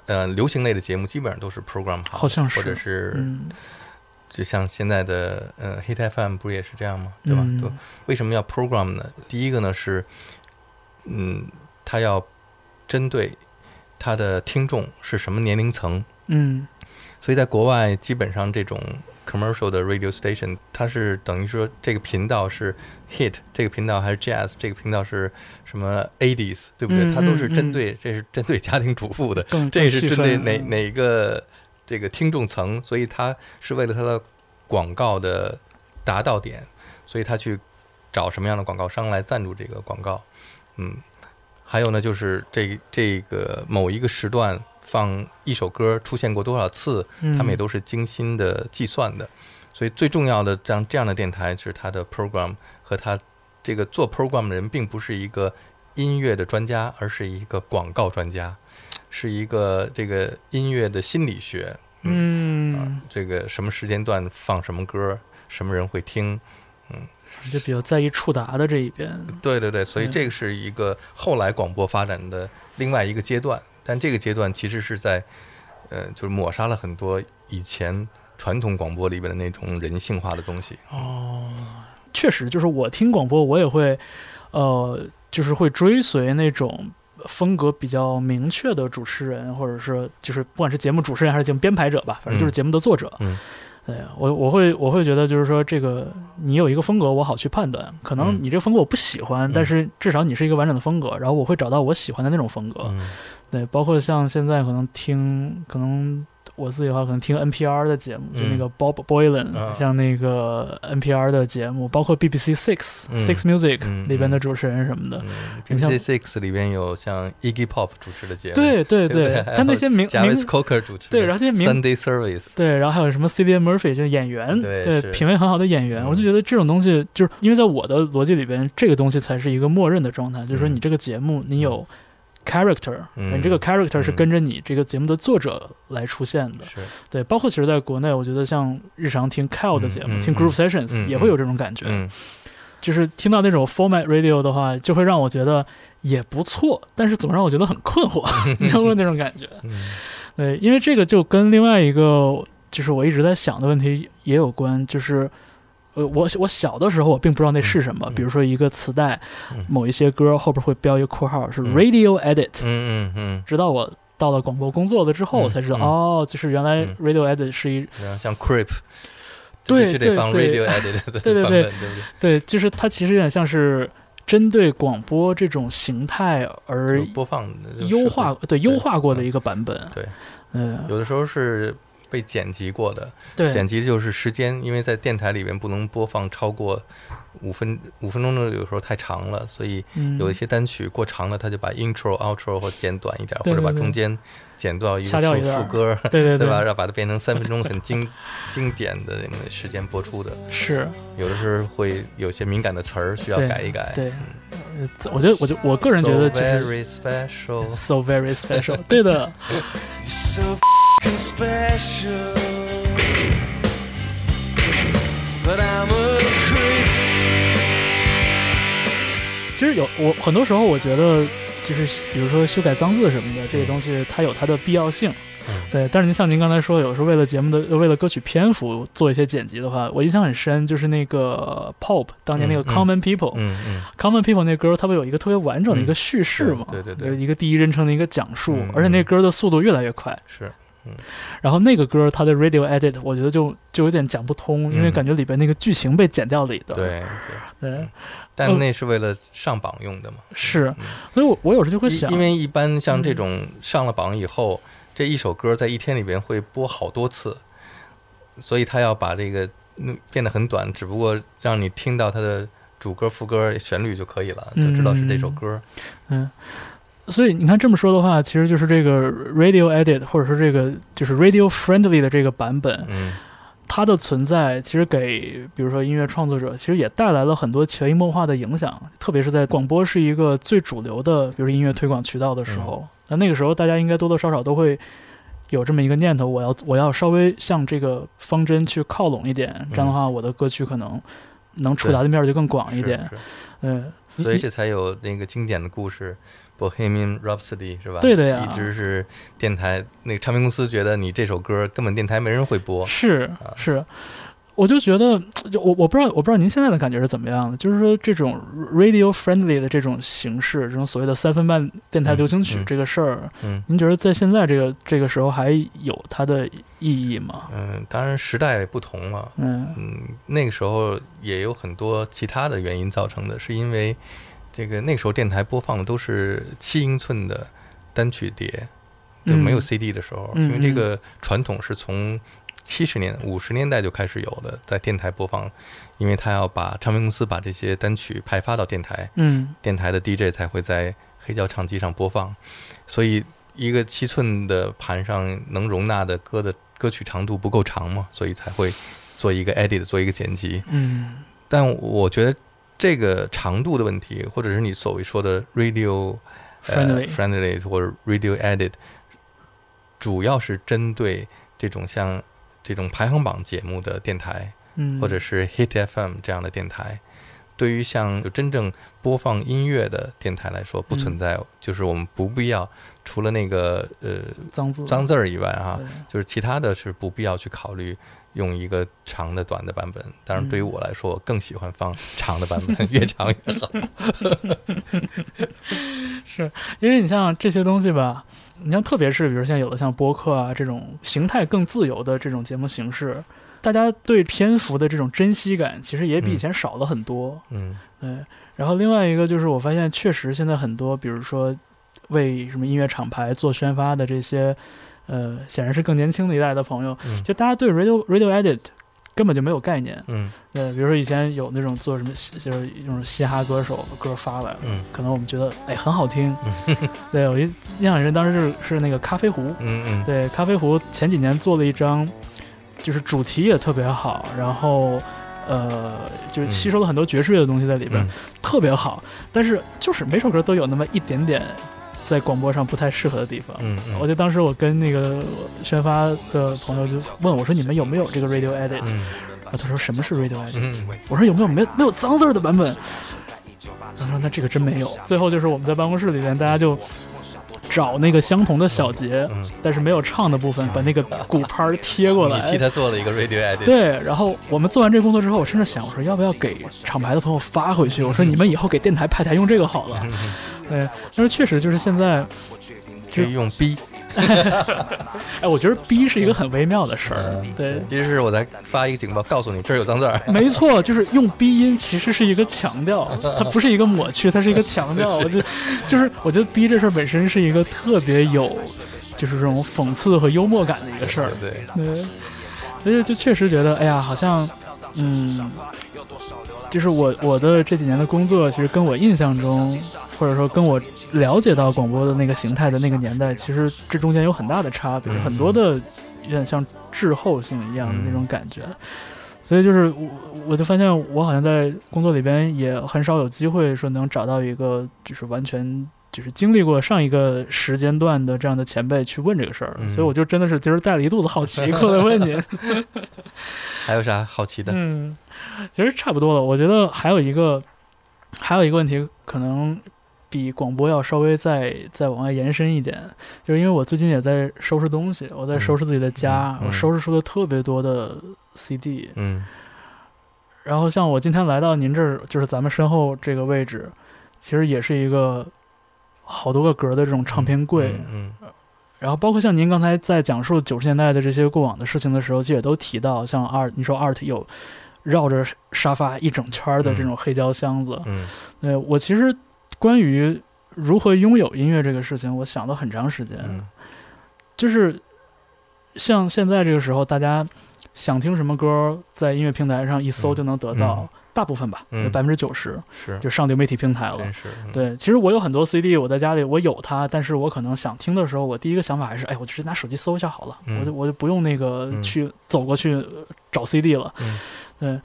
[SPEAKER 2] 呃，流行类的节目基本上都是 program 好
[SPEAKER 1] 好像是
[SPEAKER 2] 或者是、
[SPEAKER 1] 嗯
[SPEAKER 2] 就像现在的呃 Hit FM 不也是这样吗？对吧？
[SPEAKER 1] 嗯
[SPEAKER 2] 都为什么要 program 呢？第一个呢是，嗯，它要针对它的听众是什么年龄层，
[SPEAKER 1] 嗯
[SPEAKER 2] 所以在国外基本上这种 commercial 的 radio station，它是等于说这个频道是 hit 这个频道还是 jazz 这个频道是什么 80s，对不对？
[SPEAKER 1] 嗯
[SPEAKER 2] 它都是
[SPEAKER 1] 嗯
[SPEAKER 2] 针对这是针对家庭主妇的，
[SPEAKER 1] 更
[SPEAKER 2] 这是针对
[SPEAKER 1] 更细
[SPEAKER 2] 哪
[SPEAKER 1] 分嗯
[SPEAKER 2] 哪一个这个听众层，所以他是为了他的广告的达到点，所以他去找什么样的广告商来赞助这个广告，嗯，还有呢就是这这个某一个时段放一首歌出现过多少次，
[SPEAKER 1] 嗯
[SPEAKER 2] 他们也都是精心的计算的，所以最重要的这样这样的电台是它的 program 和它这个做 program 的人并不是一个音乐的专家，而是一个广告专家，是一个这个音乐的心理学，
[SPEAKER 1] 嗯，
[SPEAKER 2] 这个什么时间段放什么歌，什么人会听，
[SPEAKER 1] 就比较在意触达的这一边。
[SPEAKER 2] 对对对，所以
[SPEAKER 1] 对
[SPEAKER 2] 这个是一个后来广播发展的另外一个阶段，但这个阶段其实是在，呃，就是抹杀了很多以前传统广播里边的那种人性化的东西。
[SPEAKER 1] 确实，就是我听广播，我也会，呃，就是会追随那种风格比较明确的主持人，或者是就是不管是节目主持人还是节目编排者吧，反正就是
[SPEAKER 2] 嗯
[SPEAKER 1] 节目的作者。
[SPEAKER 2] 嗯
[SPEAKER 1] 对我我会我会觉得就是说，这个你有一个风格，我好去判断。可能
[SPEAKER 2] 嗯
[SPEAKER 1] 你这个风格我不喜欢，
[SPEAKER 2] 嗯
[SPEAKER 1] 但是至少你是一个完整的风格，然后我会找到我喜欢的那种风格。
[SPEAKER 2] 嗯
[SPEAKER 1] 对，包括像现在可能听，可能我自己的话，可能听 NPR 的节目，就那
[SPEAKER 2] 嗯
[SPEAKER 1] 个 Bob Boylan，、
[SPEAKER 2] 啊
[SPEAKER 1] 像那个 NPR 的节目，包括 BBC Six、
[SPEAKER 2] 嗯
[SPEAKER 1] Six Music
[SPEAKER 2] 嗯
[SPEAKER 1] 里边的主持人什么的。
[SPEAKER 2] 嗯
[SPEAKER 1] 你像
[SPEAKER 2] ，BBC Six 里边有像 Iggy Pop 主持的节目，
[SPEAKER 1] 对对
[SPEAKER 2] 对不对，
[SPEAKER 1] 他那些名
[SPEAKER 2] 还有 Jarvis
[SPEAKER 1] 名
[SPEAKER 2] Cocker 主持的，
[SPEAKER 1] 对然后那些名
[SPEAKER 2] Sunday Service，
[SPEAKER 1] 对，然后还有什么 Cillian Murphy 就是演员，
[SPEAKER 2] 对
[SPEAKER 1] 对
[SPEAKER 2] 是
[SPEAKER 1] 品味很好的演员，
[SPEAKER 2] 嗯
[SPEAKER 1] 我就觉得这种东西就是因为在我的逻辑里边，这个东西才是一个默认的状态，就是说
[SPEAKER 2] 嗯
[SPEAKER 1] 你这个节目你有 character，、
[SPEAKER 2] 嗯
[SPEAKER 1] 你这个 character 是
[SPEAKER 2] 嗯
[SPEAKER 1] 跟着你这个节目的作者来出现的，
[SPEAKER 2] 是，
[SPEAKER 1] 对，包括其实在国内，我觉得像日常听 Cal 的节目，
[SPEAKER 2] 嗯嗯
[SPEAKER 1] 听 Groove Sessions、
[SPEAKER 2] 嗯
[SPEAKER 1] 也会有这种感觉，
[SPEAKER 2] 嗯
[SPEAKER 1] 就是听到那种 format radio 的话，就会让我觉得也不错，但是总让我觉得很困 惑，你知道吗？那种感觉。
[SPEAKER 2] 嗯
[SPEAKER 1] 对，因为这个就跟另外一个就是我一直在想的问题也有关，就是。呃，我我小的时候我并不知道那是什么，
[SPEAKER 2] 嗯嗯
[SPEAKER 1] 比如说一个磁带，
[SPEAKER 2] 嗯
[SPEAKER 1] 某一些歌后边会标一个括号是
[SPEAKER 2] 嗯
[SPEAKER 1] radio edit，、
[SPEAKER 2] 嗯嗯嗯，
[SPEAKER 1] 直到我到了广播工作了之后，
[SPEAKER 2] 嗯
[SPEAKER 1] 我才知道、
[SPEAKER 2] 嗯
[SPEAKER 1] 哦，就是原来
[SPEAKER 2] 嗯
[SPEAKER 1] radio edit 是一
[SPEAKER 2] 然后像 Creep，
[SPEAKER 1] 对
[SPEAKER 2] 必须
[SPEAKER 1] 对
[SPEAKER 2] 得放
[SPEAKER 1] 对
[SPEAKER 2] Radio Edit 的
[SPEAKER 1] 对对
[SPEAKER 2] 版
[SPEAKER 1] 对
[SPEAKER 2] 本，对不对？
[SPEAKER 1] 对，就是它其实有点像是针对广播这种形态而
[SPEAKER 2] 就播放的就
[SPEAKER 1] 优
[SPEAKER 2] 是
[SPEAKER 1] 化，对优化过的一个版本。
[SPEAKER 2] 对，
[SPEAKER 1] 嗯，
[SPEAKER 2] 有的时候是被剪辑过的，剪
[SPEAKER 1] 对，
[SPEAKER 2] 辑就是时间，因为在电台里面不能播放超过五分五分钟的，有时候太长了，所以
[SPEAKER 1] 嗯
[SPEAKER 2] 有一些单曲过长了，他就把 intro、outro 或剪短一点，
[SPEAKER 1] 对
[SPEAKER 2] 或者把
[SPEAKER 1] 对对
[SPEAKER 2] 中间剪到一
[SPEAKER 1] 掐掉
[SPEAKER 2] 个
[SPEAKER 1] 一
[SPEAKER 2] 副
[SPEAKER 1] 段儿
[SPEAKER 2] 副歌，
[SPEAKER 1] 对对
[SPEAKER 2] 对吧？？然后把它变成三分钟很经经典的那么时间播出的，
[SPEAKER 1] 是，
[SPEAKER 2] 有的时候会有些敏感的词儿需要
[SPEAKER 1] 对
[SPEAKER 2] 改一改。嗯
[SPEAKER 1] 对。呃我觉得，我就我个人觉得
[SPEAKER 2] So
[SPEAKER 1] 就是。
[SPEAKER 2] very special，
[SPEAKER 1] So very special，对 的，
[SPEAKER 3] You're so f***ing special. But I'm a creep.
[SPEAKER 1] 其实有我很多时候，我觉得就是比如说修改脏字什么的，这个东西它有它的必要性，
[SPEAKER 2] 嗯
[SPEAKER 1] 对。但是您像您刚才说，有时候为了节目的为了歌曲篇幅做一些剪辑的话，我印象很深，就是那个 Pop 当年那个
[SPEAKER 2] 嗯嗯
[SPEAKER 1] Common People，
[SPEAKER 2] 嗯嗯
[SPEAKER 1] Common People 那歌，它不有一个特别完整的一个叙事嘛、
[SPEAKER 2] 嗯对对对对
[SPEAKER 1] 有一个第一人称的一个讲述、
[SPEAKER 2] 嗯
[SPEAKER 1] 而且那歌的速度越来越快。
[SPEAKER 2] 是，
[SPEAKER 1] 然后那个歌它的 radio edit，我觉得就就有点讲不通，因为
[SPEAKER 2] 嗯
[SPEAKER 1] 感觉里边那个剧情被剪掉了一段。
[SPEAKER 2] 对对，
[SPEAKER 1] 对
[SPEAKER 2] 但
[SPEAKER 1] 嗯
[SPEAKER 2] 那是为了上榜用的嘛。
[SPEAKER 1] 是
[SPEAKER 2] 嗯，
[SPEAKER 1] 所以我我有时就会
[SPEAKER 2] 因
[SPEAKER 1] 想，
[SPEAKER 2] 因为一
[SPEAKER 1] 嗯
[SPEAKER 2] 般像这种上了榜以后，这一首歌在一天里边会播好多次，所以他要把这个嗯变得很短，只不过让你听到它的主歌、副歌、旋律就可以了，就知道是这首歌。
[SPEAKER 1] 所以你看这么说的话，其实就是这个 radio edit 或者说这个就是 radio friendly 的这个版本，
[SPEAKER 2] 嗯
[SPEAKER 1] 它的存在其实给比如说音乐创作者，其实也带来了很多潜移默化的影响，特别是在广播是一个最主流的，比如说音乐推广渠道的时候，
[SPEAKER 2] 嗯
[SPEAKER 1] 那那个时候大家应该多多少少都会有这么一个念头，我要我要稍微向这个方针去靠拢一点，这样的话我的歌曲可能能触达的面儿就更广一点。
[SPEAKER 2] 是
[SPEAKER 1] 嗯，
[SPEAKER 2] 是，所以这才有那个经典的故事《Bohemian Rhapsody》是吧？
[SPEAKER 1] 对的呀
[SPEAKER 2] 一直是电台那个唱片公司觉得你这首歌根本电台没人会播，
[SPEAKER 1] 是
[SPEAKER 2] 啊
[SPEAKER 1] 是，我就觉得，就我我不知道我不知道您现在的感觉是怎么样的，就是说这种 radio friendly 的这种形式，这种所谓的三分半电台
[SPEAKER 2] 嗯
[SPEAKER 1] 流行曲
[SPEAKER 2] 嗯
[SPEAKER 1] 这个事儿，
[SPEAKER 2] 嗯。
[SPEAKER 1] 您觉得在现在这个这个时候还有它的意义吗？
[SPEAKER 2] 嗯，当然时代不同了。
[SPEAKER 1] 嗯
[SPEAKER 2] 嗯，那个时候也有很多其他的原因造成的，是因为这个那个时候电台播放的都是七英寸的单曲碟，就没有
[SPEAKER 1] 嗯
[SPEAKER 2] CD 的时候，
[SPEAKER 1] 嗯
[SPEAKER 2] 因为这个传统是从七十年、五十年代就开始有的，在电台播放，因为他要把唱片公司把这些单曲派发到电台，
[SPEAKER 1] 嗯
[SPEAKER 2] 电台的 DJ 才会在黑胶唱机上播放，所以一个七寸的盘上能容纳的歌的歌曲长度不够长嘛，所以才会做一个 edit，做一个剪辑。
[SPEAKER 1] 嗯
[SPEAKER 2] 但我觉得这个长度的问题，或者是你所谓说的 radio 呃
[SPEAKER 1] Friendly
[SPEAKER 2] friendly 或者 radio edit，主要是针对这种像这种排行榜节目的电台，
[SPEAKER 1] 嗯，
[SPEAKER 2] 或者是 Hit FM 这样的电台，对于像有真正播放音乐的电台来说，不
[SPEAKER 1] 嗯
[SPEAKER 2] 存在，哦就是我们不必要除了那个呃
[SPEAKER 1] 脏字
[SPEAKER 2] 脏字儿以外啊
[SPEAKER 1] 对，
[SPEAKER 2] 就是其他的是不必要去考虑用一个长的、短的版本。当然，
[SPEAKER 1] 嗯
[SPEAKER 2] 对于我来说，我更喜欢放长的版本， 越长越好。
[SPEAKER 1] 因为你像这些东西吧，你像特别是比如现在有的像播客啊这种形态更自由的这种节目形式，大家对篇幅的这种珍惜感其实也比以前少了很多。
[SPEAKER 2] 嗯
[SPEAKER 1] 嗯，然后另外一个就是我发现确实现在很多，比如说为什么音乐厂牌做宣发的这些，呃，显然是更年轻的一代的朋友，
[SPEAKER 2] 嗯
[SPEAKER 1] 就大家对 radio radio edit。根本就没有概念，
[SPEAKER 2] 嗯
[SPEAKER 1] 对，比如说以前有那种做什么嘻，就是那种嘻哈歌手歌发来了，
[SPEAKER 2] 嗯
[SPEAKER 1] 可能我们觉得哎很好听，对我一印象很深，当时是是那个咖啡壶，
[SPEAKER 2] 嗯嗯
[SPEAKER 1] 对咖啡壶前几年做了一张，就是主题也特别好，然后呃就是吸收了很多爵士乐的东西在里边，
[SPEAKER 2] 嗯，
[SPEAKER 1] 特别好，但是就是每首歌都有那么一点点在广播上不太适合的地方。
[SPEAKER 2] 嗯
[SPEAKER 1] 我
[SPEAKER 2] 嗯
[SPEAKER 1] 就当时我跟那个宣发的朋友就问我说：“你们有没有这个 radio edit？”
[SPEAKER 2] 嗯
[SPEAKER 1] 啊，他说什么是 radio edit？、
[SPEAKER 2] 嗯
[SPEAKER 1] 我说有没有没有没有脏字儿的版本？他说那这个真没有。最后就是我们在办公室里边，大家就找那个相同的小节，
[SPEAKER 2] 嗯，
[SPEAKER 1] 但是没有唱的部分，把那个鼓拍儿贴过
[SPEAKER 2] 你替
[SPEAKER 1] 来。
[SPEAKER 2] 他做了一个 radio edit。
[SPEAKER 1] 对，然后我们做完这工作之后，我甚至想，我说要不要给厂牌的朋友发回去？我说你们以后给电台派台用这个好了。对，但是确实就是现在，
[SPEAKER 2] 可以用 B。
[SPEAKER 1] 哎，我觉得逼是一个很微妙的事儿。
[SPEAKER 2] 嗯
[SPEAKER 1] 对，
[SPEAKER 2] 其实是我在发一个警报，告诉你这儿有脏字儿。
[SPEAKER 1] 没错，就是用鼻音其实是一个强调， 它不是一个抹去， 它是一个强调。我就就是我觉得逼这事儿本身是一个特别有，就是这种讽刺和幽默感的一个事儿。
[SPEAKER 2] 对对，
[SPEAKER 1] 对，所以就确实觉得，哎呀，好像，嗯，就是我我的这几年的工作，其实跟我印象中，或者说跟我了解到广播的那个形态的那个年代，其实这中间有很大的差别，
[SPEAKER 2] 嗯
[SPEAKER 1] 很多的有点像滞后性一样的
[SPEAKER 2] 嗯
[SPEAKER 1] 那种感觉。所以就是我，我就发现我好像在工作里边也很少有机会说能找到一个就是完全就是经历过上一个时间段的这样的前辈去问这个事儿，
[SPEAKER 2] 嗯
[SPEAKER 1] 所以我就真的是今儿带了一肚子好奇过来 问您。
[SPEAKER 2] 还有啥好奇的？
[SPEAKER 1] 嗯， 其实差不多了。我觉得还有一个还有一个问题，可能比广播要稍微再再往外延伸一点，就是因为我最近也在收拾东西，我在收拾自己的家，
[SPEAKER 2] 嗯嗯
[SPEAKER 1] 我收拾出了特别多的 CD，
[SPEAKER 2] 嗯
[SPEAKER 1] 然后像我今天来到您这儿，就是咱们身后这个位置，其实也是一个好多个格儿的这种唱片柜。
[SPEAKER 2] 嗯
[SPEAKER 1] 然后包括像您刚才在讲述九十年代的这些过往的事情的时候，其实也都提到，像 art，你说 art 有绕着沙发一整圈儿的这种黑胶箱子。
[SPEAKER 2] 嗯
[SPEAKER 1] 对我其实关于如何拥有音乐这个事情，我想了很长时间。
[SPEAKER 2] 嗯
[SPEAKER 1] 就是像现在这个时候，大家想听什么歌，在音乐平台上一搜就能得到，大部分吧，
[SPEAKER 2] 嗯
[SPEAKER 1] 有百分之九十
[SPEAKER 2] 是，
[SPEAKER 1] 就上流媒体平台了。
[SPEAKER 2] 真是，嗯，
[SPEAKER 1] 对，其实我有很多 CD，我在家里我有它，但是我可能想听的时候，我第一个想法还是，哎，我直接拿手机搜一下好了，
[SPEAKER 2] 嗯
[SPEAKER 1] 我就我就不用那个
[SPEAKER 2] 嗯
[SPEAKER 1] 去、走过去呃找 CD 了。
[SPEAKER 2] 嗯
[SPEAKER 1] 对，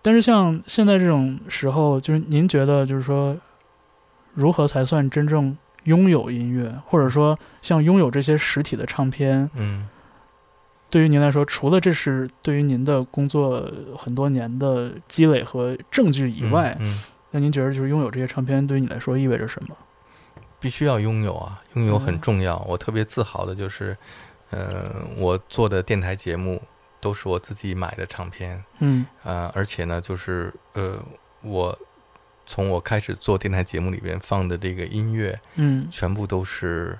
[SPEAKER 1] 但是像现在这种时候，就是您觉得就是说，如何才算真正拥有音乐，或者说像拥有这些实体的唱片，
[SPEAKER 2] 嗯
[SPEAKER 1] 对于您来说，除了这是对于您的工作很多年的积累和证据以
[SPEAKER 2] 嗯
[SPEAKER 1] 外，
[SPEAKER 2] 嗯，
[SPEAKER 1] 那您觉得就是拥有这些唱片对于你来说意味着什么？
[SPEAKER 2] 必须要拥有啊，拥有很
[SPEAKER 1] 嗯
[SPEAKER 2] 重要。我特别自豪的就是，呃，我做的电台节目都是我自己买的唱片，
[SPEAKER 1] 嗯
[SPEAKER 2] 呃，而且呢，就是呃，我从我开始做电台节目里边放的这个音乐，
[SPEAKER 1] 嗯
[SPEAKER 2] 全部都是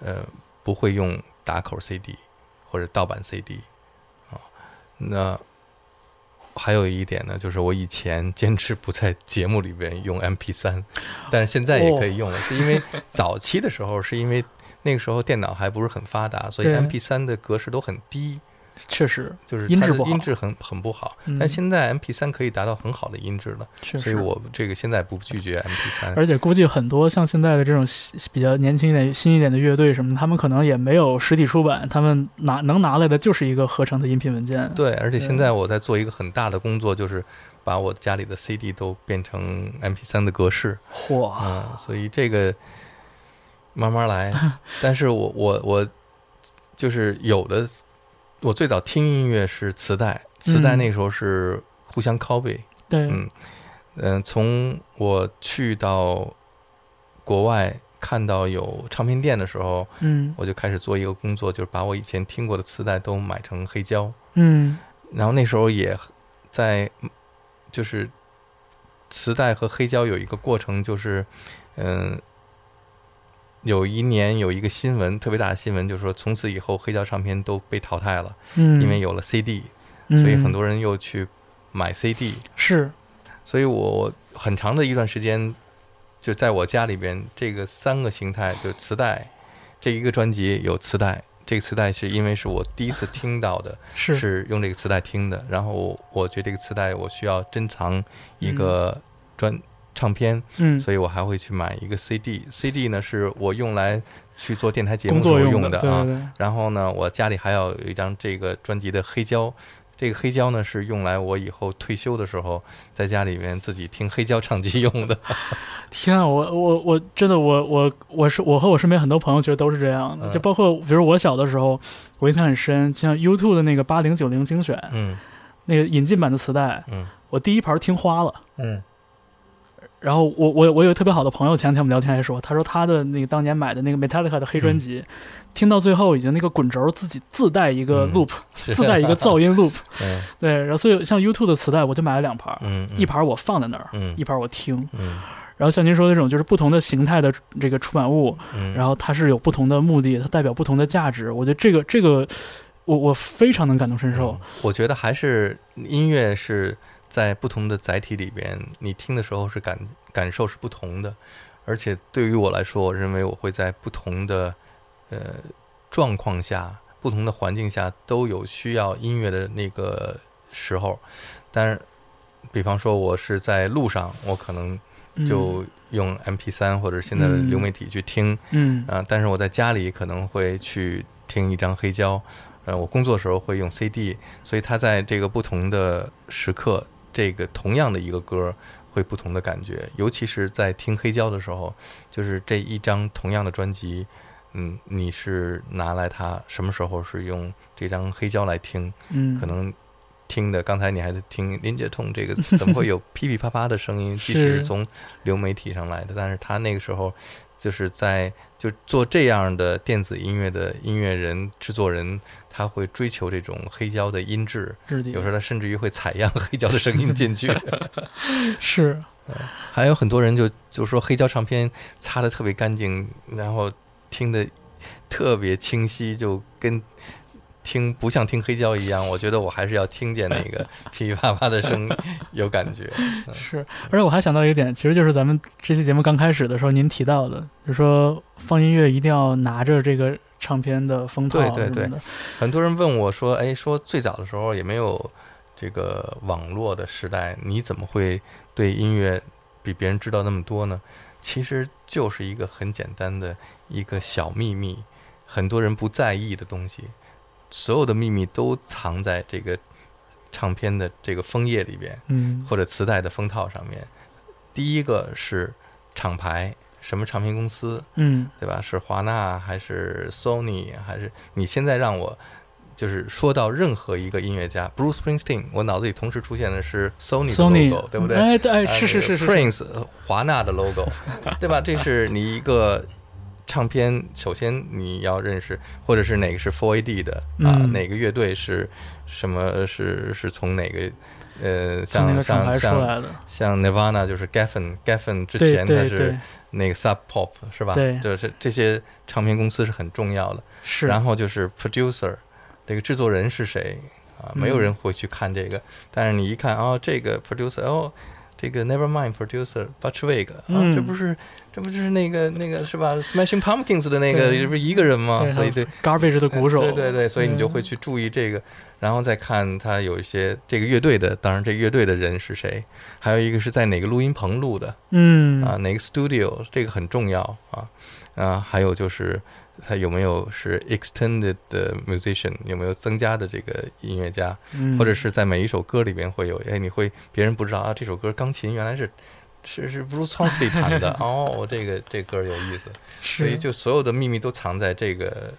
[SPEAKER 2] 呃不会用打口 CD 或者盗版 CD 啊。那还有一点呢，就是我以前坚持不在节目里边用 MP 3但 是现在也可以用了，是因为早期的时候是因为。那个时候电脑还不是很发达，所以
[SPEAKER 1] 对
[SPEAKER 2] MP 3的格式都很低，
[SPEAKER 1] 确实，
[SPEAKER 2] 就是
[SPEAKER 1] 音
[SPEAKER 2] 它
[SPEAKER 1] 质
[SPEAKER 2] 的
[SPEAKER 1] 不好
[SPEAKER 2] 音质很很不好。
[SPEAKER 1] 嗯
[SPEAKER 2] 但现在 MP 3可以达到很好的音质了，
[SPEAKER 1] 确
[SPEAKER 2] 所以
[SPEAKER 1] 实。
[SPEAKER 2] 我这个现在不拒绝 MP 3
[SPEAKER 1] 而且估计很多像现在的这种新比较年轻一点、新一点的乐队什么，他们可能也没有实体出版，他们拿能拿来的就是一个合成的音频文件。
[SPEAKER 2] 对，而且现
[SPEAKER 1] 对
[SPEAKER 2] 在我在做一个很大的工作，就是把我家里的 CD 都变成 MP3 的格式，
[SPEAKER 1] 嚯，
[SPEAKER 2] 嗯、所以这个慢 慢来。但是我我我就是有的，我最早听音乐是磁带，磁带
[SPEAKER 1] 嗯
[SPEAKER 2] 那时候是互相 copy，
[SPEAKER 1] 对，
[SPEAKER 2] 嗯嗯、从我去到国外看到有唱片店的时候，
[SPEAKER 1] 嗯
[SPEAKER 2] 我就开始做一个工作，就是把我以前听过的磁带都买成黑胶。
[SPEAKER 1] 嗯
[SPEAKER 2] 然后那时候也在，就是呃磁带和黑胶有一个过程，就是嗯，有一年有一个新闻特别大的新闻，就是说从此以后黑胶唱片都被淘汰了，
[SPEAKER 1] 嗯，
[SPEAKER 2] 因为有了 CD，、
[SPEAKER 1] 有
[SPEAKER 2] 所以很多人又去买 CD，
[SPEAKER 1] 是
[SPEAKER 2] 所以我很长的一段时间就在我家里边，这个三个形态就是磁带，这一个专辑有磁带。这个磁带是因为是我第一次听到的，
[SPEAKER 1] 是
[SPEAKER 2] 是用这个磁带听的。然后我我觉得这个磁带我需要珍藏一个专唱片，
[SPEAKER 1] 嗯
[SPEAKER 2] 所以我还会去买一个 CD。CD 呢是我用来去做电台节目
[SPEAKER 1] 工
[SPEAKER 2] 时候
[SPEAKER 1] 作
[SPEAKER 2] 用
[SPEAKER 1] 的，对
[SPEAKER 2] 啊。
[SPEAKER 1] 对对，
[SPEAKER 2] 然后呢，我家里还要有一张这个专辑的黑胶。这个黑胶呢，是用来我以后退休的时候在家里面自己听黑胶唱机用的。
[SPEAKER 1] 天啊，我我我真的我我我是我和我身边很多朋友其实都是这样的，
[SPEAKER 2] 嗯
[SPEAKER 1] 就包括比如我小的时候，我印象很深，像 YouTube 的那个八零九零精选
[SPEAKER 2] 嗯
[SPEAKER 1] 那个引进版的磁带，
[SPEAKER 2] 嗯
[SPEAKER 1] 我第一盘听花了。
[SPEAKER 2] 嗯
[SPEAKER 1] 然后我我我有一个特别好的朋友，前两天我们聊天还说，他说他的那个当年买的那个 Metallica 的黑
[SPEAKER 2] 嗯
[SPEAKER 1] 专辑，听到最后已经那个滚轴自己自带一个
[SPEAKER 2] 嗯
[SPEAKER 1] loop，、
[SPEAKER 2] 是
[SPEAKER 1] 自带一个噪 音 loop。
[SPEAKER 2] 嗯
[SPEAKER 1] 对，然后所以像 YouTube 的磁带，我就买了两盘儿，
[SPEAKER 2] 嗯
[SPEAKER 1] 一盘儿我放在那儿，
[SPEAKER 2] 嗯
[SPEAKER 1] 一盘儿我听。
[SPEAKER 2] 嗯
[SPEAKER 1] 然后像您说的这种，就是不同的形态的这个出版物，
[SPEAKER 2] 嗯，
[SPEAKER 1] 然后它是有不同的目的，它代表不同的价值。我觉得这个这个，我我非常能感同身受
[SPEAKER 2] 嗯。我觉得还是音乐是在不同的载体里边，你听的时候是感感受是不同的，而且对于我来说，我认为我会在不同的呃状况下、不同的环境下都有需要音乐的那个时候。但是，比方说我是在路上，我可能
[SPEAKER 1] 嗯
[SPEAKER 2] 就用 MP 3或者现在的流媒体去听。
[SPEAKER 1] 嗯
[SPEAKER 2] 啊、但是我在家里可能会去听一张黑胶，呃，我工作时候会用 CD，所以它在这个不同的时刻，这个同样的一个歌会不同的感觉，尤其是在听黑胶的时候，就是这一张同样的专辑，嗯，你是拿来它什么时候是用这张黑胶来听，
[SPEAKER 1] 嗯，
[SPEAKER 2] 可能听的，刚才你还在听林觉痛 这个，怎么会有噼噼啪啪的声音？即使
[SPEAKER 1] 是
[SPEAKER 2] 是从流媒体上来的，但是他那个时候就是在就做这样的电子音乐的音乐人、制作人，他会追求这种黑胶的音质，
[SPEAKER 1] 是的
[SPEAKER 2] 有时候他甚至于会采样黑胶的声音进去。
[SPEAKER 1] 是
[SPEAKER 2] 还有很多人就就说黑胶唱片擦的特别干净，然后听的特别清晰，就跟听不像听黑胶一样。我觉得我还是要听见那个 噼噼啪啪的声音有感觉。
[SPEAKER 1] 是，而且我还想到一个点，其实就是咱们这期节目刚开始的时候您提到的，就是说放音乐一定要拿着这个唱片的封套
[SPEAKER 2] 对
[SPEAKER 1] 啊
[SPEAKER 2] 对
[SPEAKER 1] 什么
[SPEAKER 2] 对
[SPEAKER 1] 的。
[SPEAKER 2] 很多人问我说：“哎，说最早的时候也没有这个网络的时代，你怎么会对音乐比别人知道那么多呢？”其实就是一个很简单的一个小秘密，很多人不在意的东西，所有的秘密都藏在这个唱片的这个封页里边。
[SPEAKER 1] 嗯
[SPEAKER 2] 或者磁带的封套上面。第一个是厂牌，什么唱片公司，
[SPEAKER 1] 嗯
[SPEAKER 2] 对吧？是华纳还是 Sony 还是？你现在让我就是说到任何一个音乐家，Bruce Springsteen，我脑子里同时出现的是 Sony 的
[SPEAKER 1] ，Sony
[SPEAKER 2] logo，对不对？
[SPEAKER 1] 哎对哎
[SPEAKER 2] 啊
[SPEAKER 1] 是是
[SPEAKER 2] 那个
[SPEAKER 1] 是是，是
[SPEAKER 2] Prince 呃华纳 的 logo，对吧？这是你一个唱片，首先你要认识，或者是哪个是 Four AD 的啊、
[SPEAKER 1] 嗯
[SPEAKER 2] 哪个乐队是什么？是是从哪个呃，
[SPEAKER 1] 从那个厂
[SPEAKER 2] 像
[SPEAKER 1] 牌
[SPEAKER 2] 像
[SPEAKER 1] 出
[SPEAKER 2] 像
[SPEAKER 1] 来的，
[SPEAKER 2] 像 Nirvana 就是 Geffen Geffen 之
[SPEAKER 1] 对
[SPEAKER 2] 前它
[SPEAKER 1] 对
[SPEAKER 2] 是
[SPEAKER 1] 对，
[SPEAKER 2] 那个 Sub Pop 是吧？
[SPEAKER 1] 对
[SPEAKER 2] 就是这些唱片公司是很重要的。
[SPEAKER 1] 是，
[SPEAKER 2] 然后就是 producer，这个制作人是谁啊？没有
[SPEAKER 1] 嗯
[SPEAKER 2] 人会去看这个，但是你一看哦，这个 producer，哦，这个 Nevermind producer Butchwig，啊，这
[SPEAKER 1] 嗯
[SPEAKER 2] 不是这不就是那个那个是吧？Smashing Pumpkins 的那个
[SPEAKER 1] 对
[SPEAKER 2] 这不是一个人吗？
[SPEAKER 1] 对
[SPEAKER 2] 所以
[SPEAKER 1] 还有
[SPEAKER 2] 对呃
[SPEAKER 1] Garbage 的鼓手，嗯
[SPEAKER 2] 对对对，所以你就会去注意这个，然后再看他有一些这个乐队的，当然这个乐队的人是谁，还有一个是在哪个录音棚录的，
[SPEAKER 1] 嗯
[SPEAKER 2] 啊，哪个 studio 这个很重要啊啊，还有就是它有没有是 extended 的 musician，有没有增加的这个音乐家，
[SPEAKER 1] 嗯
[SPEAKER 2] 或者是在每一首歌里边会有，哎，你会别人不知道啊，这首歌钢琴原来是是是 Bruce Hornsby 弹的，哦，这个这歌有意思，所以
[SPEAKER 1] 是
[SPEAKER 2] 就所有的秘密都藏在这个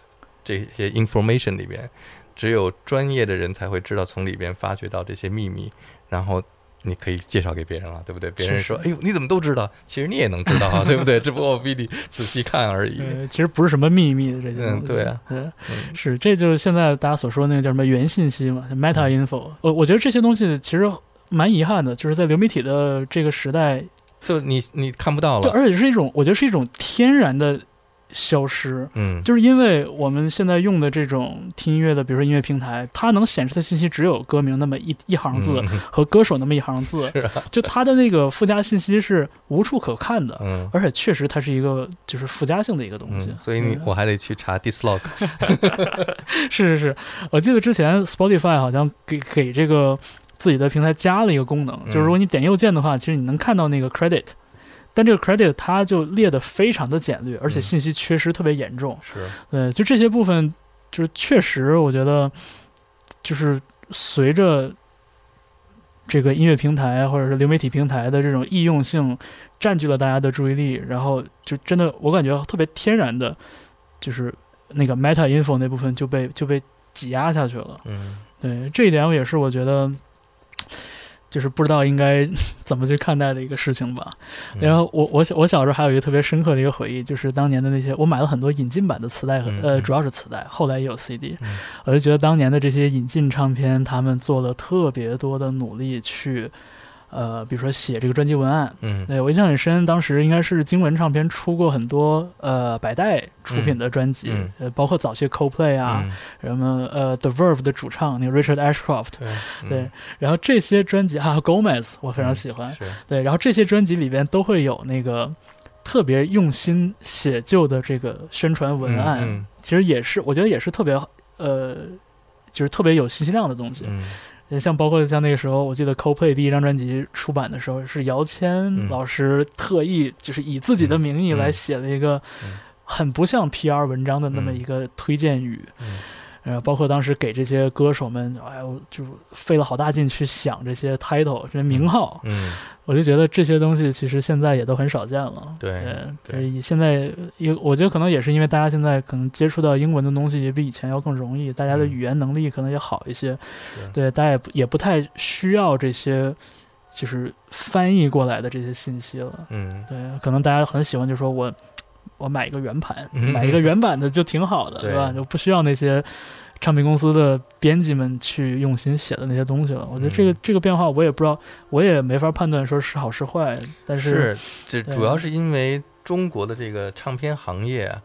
[SPEAKER 2] 这些 information 里边，只有专业的人才会知道从里边发掘到这些秘密，然后你可以介绍给别人了，对不对？别人说：“哎呦，你怎么都知道？”其实你也能知道啊， 对不对？只不过我比你仔细看而已。
[SPEAKER 1] 呃，其实不是什么秘密的这些
[SPEAKER 2] 嗯
[SPEAKER 1] 东西。
[SPEAKER 2] 对啊
[SPEAKER 1] 对，
[SPEAKER 2] 嗯
[SPEAKER 1] 是这就是现在大家所说那个叫什么原信息嘛，meta info。我我觉得这些东西其实蛮遗憾的，就是在流媒体的这个时代，
[SPEAKER 2] 就你你看不到
[SPEAKER 1] 对，
[SPEAKER 2] 了，
[SPEAKER 1] 而且是一种我觉得是一种天然的消失。
[SPEAKER 2] 嗯，
[SPEAKER 1] 就是因为我们现在用的这种听音乐的，比如说音乐平台，它能显示的信息只有歌名那么一一行字
[SPEAKER 2] 嗯
[SPEAKER 1] 和歌手那么一行字，
[SPEAKER 2] 是啊，
[SPEAKER 1] 就它的那个附加信息是无处可看的，
[SPEAKER 2] 嗯。
[SPEAKER 1] 而且确实它是一个就是附加性的一个 东西。
[SPEAKER 2] 嗯，所以你
[SPEAKER 1] 嗯
[SPEAKER 2] 我还得去查 dislog，
[SPEAKER 1] 是是是，我记得之前 Spotify 好像给给这个自己的平台加了一个功能，就是如果你点右键的话，其实你能看到那个 credit，但这个 credit 它就列得非常的简略，而且
[SPEAKER 2] 嗯
[SPEAKER 1] 信息缺失特别严重。
[SPEAKER 2] 是，
[SPEAKER 1] 对，就这些部分，就是确实我觉得，就是随着这个音乐平台或者是流媒体平台的这种易用性占据了大家的注意力，然后就真的我感觉特别天然的，就是那个 Meta Info 那部分就被就被挤压下去了。
[SPEAKER 2] 嗯，
[SPEAKER 1] 对，这一点我也是我觉得。就是不知道应该 怎么去看待的一个事情吧。
[SPEAKER 2] 嗯
[SPEAKER 1] 然后我我小我小时候还有一个特别深刻的一个回忆，就是当年的那些我买了很多引进版的磁带和，
[SPEAKER 2] 嗯
[SPEAKER 1] 呃，
[SPEAKER 2] 嗯
[SPEAKER 1] 主要是磁带，后来也有 CD
[SPEAKER 2] 嗯。
[SPEAKER 1] 我就觉得当年的这些引进唱片，他们做了特别多的努力去，呃，比如说写这个专辑文案。
[SPEAKER 2] 嗯
[SPEAKER 1] 对我印象很深，当时应该是经文唱片出过很多呃百代出品的专辑，
[SPEAKER 2] 嗯
[SPEAKER 1] 呃，包括早期 Coldplay 啊，
[SPEAKER 2] 嗯
[SPEAKER 1] 什么呃 The Verve 的主唱那个 Richard Ashcroft，
[SPEAKER 2] 对嗯
[SPEAKER 1] 对，然后这些专辑啊 Gomez 我非常喜欢
[SPEAKER 2] 嗯，是，
[SPEAKER 1] 对，然后这些专辑里边都会有那个特别用心写就的这个宣传文案，
[SPEAKER 2] 嗯
[SPEAKER 1] 其实也是我觉得也是特别呃，就是特别有信息量的东西。
[SPEAKER 2] 嗯
[SPEAKER 1] 像包括像那个时候，我记得 CoPlay 第一张专辑出版的时候，是姚谦
[SPEAKER 2] 嗯
[SPEAKER 1] 老师特意就是以自己的名义
[SPEAKER 2] 嗯
[SPEAKER 1] 来写了一个
[SPEAKER 2] 嗯
[SPEAKER 1] 很不像 PR 文章的那么
[SPEAKER 2] 嗯
[SPEAKER 1] 一个推荐语。
[SPEAKER 2] 嗯
[SPEAKER 1] 呃，包括当时给这些歌手们，哎呦，就费了好大劲去想这些 title、这些名号，
[SPEAKER 2] 嗯
[SPEAKER 1] 我就觉得这些东西其实现在也都很少见了。
[SPEAKER 2] 对对
[SPEAKER 1] 所以现在也我觉得可能也是因为大家现在可能接触到英文的东西也比以前要更容易，大家的
[SPEAKER 2] 嗯
[SPEAKER 1] 语言能力可能也好一些，对，大家也不也不太需要这些就是翻译过来的这些信息了。
[SPEAKER 2] 嗯，
[SPEAKER 1] 对，可能大家很喜欢就说我我买一个原盘，
[SPEAKER 2] 嗯
[SPEAKER 1] 买一个原版的就挺好的，
[SPEAKER 2] 对
[SPEAKER 1] 吧？就不需要那些。唱片公司的编辑们去用心写的那些东西了，我觉得这个、
[SPEAKER 2] 嗯
[SPEAKER 1] 这个变化我也不知道，我也没法判断说是好是坏，但是
[SPEAKER 2] 是，这
[SPEAKER 1] 对
[SPEAKER 2] 主要是因为中国的这个唱片行业啊，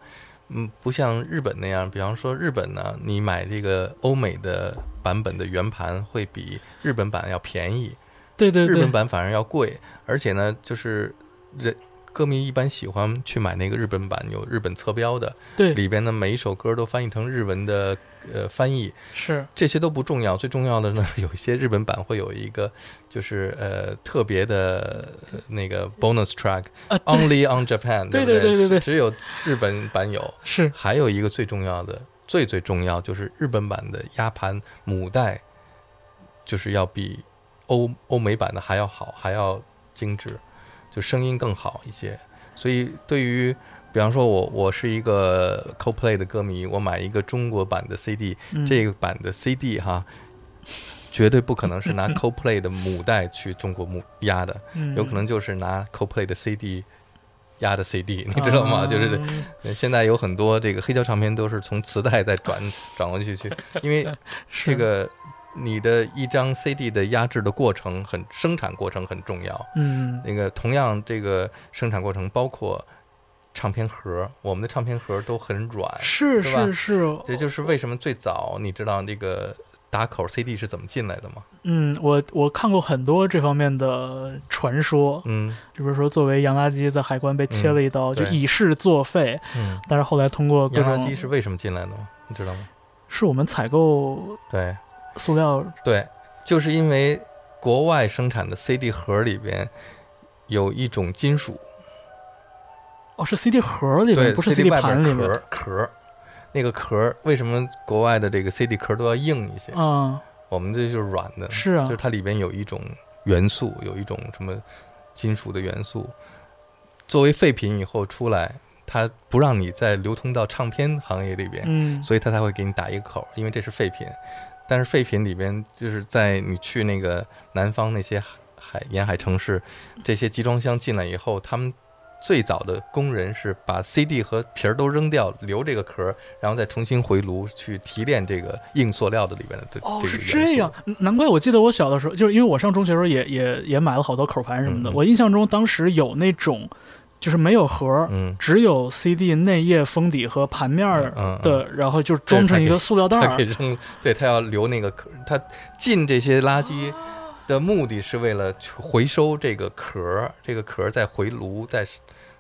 [SPEAKER 2] 嗯，不像日本那样，比方说日本呢，你买这个欧美的版本的圆盘会比日本版要便宜，
[SPEAKER 1] 对对
[SPEAKER 2] 日
[SPEAKER 1] 对
[SPEAKER 2] 本，版反而要贵，而且呢，就是人歌迷一般喜欢去买那个日本版有日本侧标的，
[SPEAKER 1] 对，
[SPEAKER 2] 里边的每一首歌都翻译成日文的呃翻译，
[SPEAKER 1] 是
[SPEAKER 2] 这些都不重要，最重要的呢， 有一些日本版会有一个就是呃特别的呃那个 bonus track
[SPEAKER 1] 啊，对
[SPEAKER 2] only on Japan，
[SPEAKER 1] 对
[SPEAKER 2] 不
[SPEAKER 1] 对
[SPEAKER 2] 对
[SPEAKER 1] 对对对
[SPEAKER 2] 只有日本版有。
[SPEAKER 1] 是
[SPEAKER 2] 还有一个最重要的，最最重要就是日本版的压盘母带，就是要比欧欧美版的还要好，还要精致，就声音更好一些。所以对于比方说我我是一个 CoPlay 的歌迷，我买一个中国版的 CD，、
[SPEAKER 1] 嗯
[SPEAKER 2] 这个版的 CD 哈。绝对不可能 是拿 CoPlay 的母带去中国母压的，
[SPEAKER 1] 嗯
[SPEAKER 2] 有可能就是拿 CoPlay 的 CD 压的 CD，
[SPEAKER 1] 哦
[SPEAKER 2] 你知道吗？就是
[SPEAKER 1] 啊
[SPEAKER 2] 呃现在有很多这个黑胶唱片都是从磁带再转转过 去去，因为
[SPEAKER 1] 是
[SPEAKER 2] 这个你的一张 CD 的压制的过程很生产过程很重要。
[SPEAKER 1] 嗯
[SPEAKER 2] 那个同样这个生产过程包括唱片盒，我们的唱片盒都很软，
[SPEAKER 1] 是
[SPEAKER 2] 是吧
[SPEAKER 1] 是是，
[SPEAKER 2] 这就是为什么最早你知道那个打口 CD 是怎么进来的吗？
[SPEAKER 1] 嗯，我我看过很多这方面的传说，
[SPEAKER 2] 嗯
[SPEAKER 1] 就比如说作为洋垃圾在海关被切了一刀，就
[SPEAKER 2] 对
[SPEAKER 1] 以示作废，
[SPEAKER 2] 嗯，
[SPEAKER 1] 但是后来通过各
[SPEAKER 2] 洋
[SPEAKER 1] 种
[SPEAKER 2] 垃圾是为什么进来的吗？你知道吗？
[SPEAKER 1] 是我们采购
[SPEAKER 2] 对，
[SPEAKER 1] 塑料，
[SPEAKER 2] 对，就是因为国外生产的 CD 盒里边有一种金属，
[SPEAKER 1] 哦，是 CD 盒里面，
[SPEAKER 2] 对
[SPEAKER 1] 不是
[SPEAKER 2] CD 外
[SPEAKER 1] 盘里
[SPEAKER 2] 边
[SPEAKER 1] 面，
[SPEAKER 2] 壳壳，那个壳为什么国外的这个 CD 壳都要硬一些？
[SPEAKER 1] 嗯，
[SPEAKER 2] 我们这就是软的，
[SPEAKER 1] 是啊
[SPEAKER 2] 就是它里边有一种元素，有一种什么金属的元素，作为废品以后出来，它不让你再流通到唱片行业里边，
[SPEAKER 1] 嗯，
[SPEAKER 2] 所以它才会给你打一个口儿，因为这是废品。但是废品里边，就是在你去那个南方那些海海沿海城市，这些集装箱进来以后，他们最早的工人是把 CD 和皮儿都扔掉，留这个壳儿，然后再重新回炉去提炼这个硬塑料的里边的这、
[SPEAKER 1] 哦，
[SPEAKER 2] 这
[SPEAKER 1] 是
[SPEAKER 2] 个元素。
[SPEAKER 1] 这样，嗯难怪我记得我小的时候，就是因为我上中学的时候也也也买了好多口盘什么的。
[SPEAKER 2] 嗯嗯
[SPEAKER 1] 我印象中当时有那种，就是没有盒儿，
[SPEAKER 2] 嗯，
[SPEAKER 1] 只有 CD 内页封底和盘面儿
[SPEAKER 2] 嗯嗯嗯
[SPEAKER 1] 的，然后就装成一个塑料袋
[SPEAKER 2] 它
[SPEAKER 1] 儿
[SPEAKER 2] 可以。扔，对，它要留那个壳儿，它进这些垃圾的目的是为了去回收这个壳儿，这个壳儿再回炉，再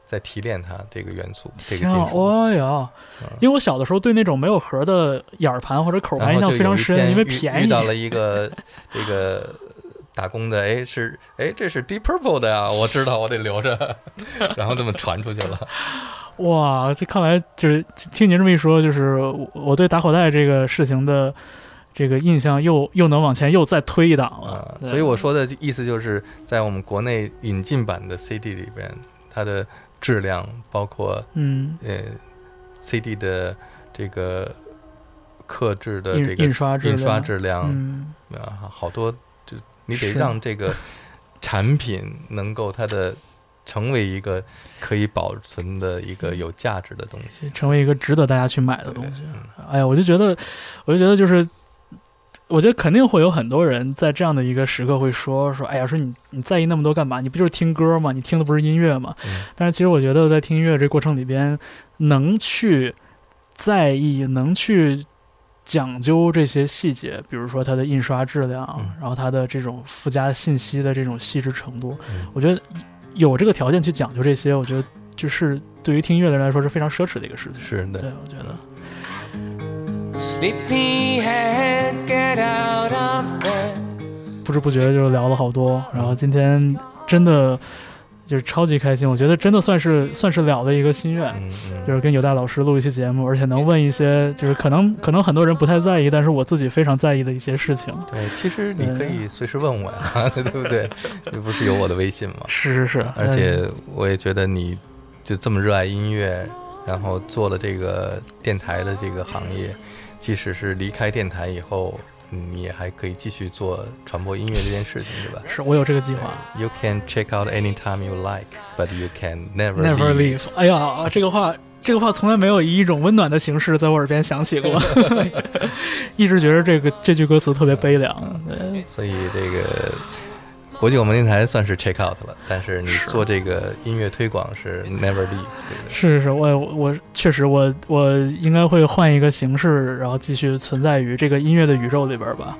[SPEAKER 2] 再提炼它这个元素，这个
[SPEAKER 1] 天
[SPEAKER 2] 金
[SPEAKER 1] 啊，
[SPEAKER 2] 属。嗯
[SPEAKER 1] 哦呀！因为我小的时候对那种没有盒儿的眼儿盘或者口盘
[SPEAKER 2] 然
[SPEAKER 1] 印
[SPEAKER 2] 后
[SPEAKER 1] 象
[SPEAKER 2] 就
[SPEAKER 1] 非
[SPEAKER 2] 有
[SPEAKER 1] 常
[SPEAKER 2] 一天
[SPEAKER 1] 深，因为
[SPEAKER 2] 遇
[SPEAKER 1] 便
[SPEAKER 2] 遇
[SPEAKER 1] 宜。
[SPEAKER 2] 到了一个这个打工的，哎，是哎，这是 Deep Purple 的呀、我知道，我得留着， 然后这么传出去 了。
[SPEAKER 1] 哇，这看来就是听您这么一说，就是我我对打口袋这个事情的这个印象又又能往前又再推一档了
[SPEAKER 2] 啊。，
[SPEAKER 1] 对
[SPEAKER 2] 所以我说的意思就是，在我们国内引进版的 CD 里边，它的质量包括
[SPEAKER 1] 嗯，
[SPEAKER 2] 呃 CD 的这个刻制的
[SPEAKER 1] 印
[SPEAKER 2] 这个
[SPEAKER 1] 印刷质
[SPEAKER 2] 印刷
[SPEAKER 1] 量
[SPEAKER 2] 质量
[SPEAKER 1] 嗯，
[SPEAKER 2] 啊，好多就你得
[SPEAKER 1] 是
[SPEAKER 2] 让这个产品能够它的成为一个可以保存的一
[SPEAKER 1] 嗯
[SPEAKER 2] 个有价值的东西。
[SPEAKER 1] 成为一个值得大家去买的
[SPEAKER 2] 对
[SPEAKER 1] 东西。
[SPEAKER 2] 嗯
[SPEAKER 1] 哎呀，我就觉得，我就觉得就是，我觉得肯定会有很多人在这样的一个时刻会说说，哎呀，说你你在意那么多干嘛？你不就是听歌吗？你听的不是音乐吗？
[SPEAKER 2] 嗯
[SPEAKER 1] 但是其实我觉得在听音乐这过程里边，能去在意，能去。讲究这些细节，比如说它的印刷质量，
[SPEAKER 2] 嗯
[SPEAKER 1] 然后它的这种附加信息的这种细致程度，
[SPEAKER 2] 嗯
[SPEAKER 1] 我觉得有这个条件去讲究这些，我觉得就是对于听音乐的人来说是非常奢侈的一个事情。
[SPEAKER 2] 是的
[SPEAKER 1] 对，我觉得，
[SPEAKER 3] Sleepy head, get out of bed.
[SPEAKER 1] 不知不觉就聊了好多，然后今天真的就是超级开心，我觉得真的算是算是了了一个心愿，
[SPEAKER 2] 嗯
[SPEAKER 1] 就
[SPEAKER 2] 嗯，
[SPEAKER 1] 是跟有大老师录一期节目，而且能问一些就是可能可能很多人不太在意，但是我自己非常在意的一些事情。
[SPEAKER 2] 对，哎其实你可以随时问我呀， 对不对？你不是有我的微信吗？
[SPEAKER 1] 是是是，
[SPEAKER 2] 而且
[SPEAKER 1] 嗯
[SPEAKER 2] 我也觉得你就这么热爱音乐，然后做了这个电台的这个行业，即使是离开电台以后，你也还可以继续做传播音乐这件事情，对吧
[SPEAKER 1] 嗯是我有这个计划。
[SPEAKER 2] ？You can check out anytime you like, but you can never
[SPEAKER 1] Never leave。哎呀，这个话，这个话从来没有以一种温暖的形式在我耳边响起过， 一直觉得这个这句歌词特别悲凉。对，
[SPEAKER 2] 所以这个国际广播电台算是 check out 了，但是你做这个音乐推广是 never leave，对不对？
[SPEAKER 1] 是是是，我我我确实我我应该会换一个形式，然后继续存在于这个音乐的宇宙里边儿吧。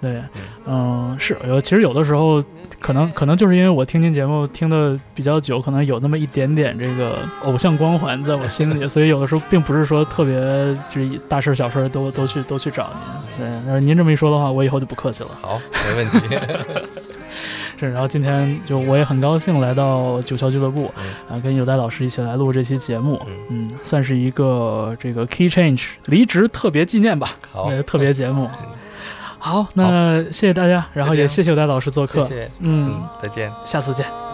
[SPEAKER 1] 对，嗯，是有，其实有的时候可能可能就是因为我听您节目听的比较久，可能有那么一点点这个偶像光环在我心 里，所以有的时候并不是说特别就是一大事儿小事儿都都去都去找您。对，但是您这么一说的话，我以后就不客气了。
[SPEAKER 2] 好，没问题。
[SPEAKER 1] 是，然后今天就我也很高兴来到九霄俱乐部，啊，跟有代老师一起来录这期节目，嗯，算是一个这个 key change 离职特别纪念吧，
[SPEAKER 2] 好
[SPEAKER 1] 呃特别节目。好，那谢谢大家，然后
[SPEAKER 2] 就这
[SPEAKER 1] 也
[SPEAKER 2] 样
[SPEAKER 1] 谢谢有代老师做客，
[SPEAKER 2] 谢谢
[SPEAKER 1] 嗯，
[SPEAKER 2] 再见。
[SPEAKER 1] 下次见。
[SPEAKER 3] Thank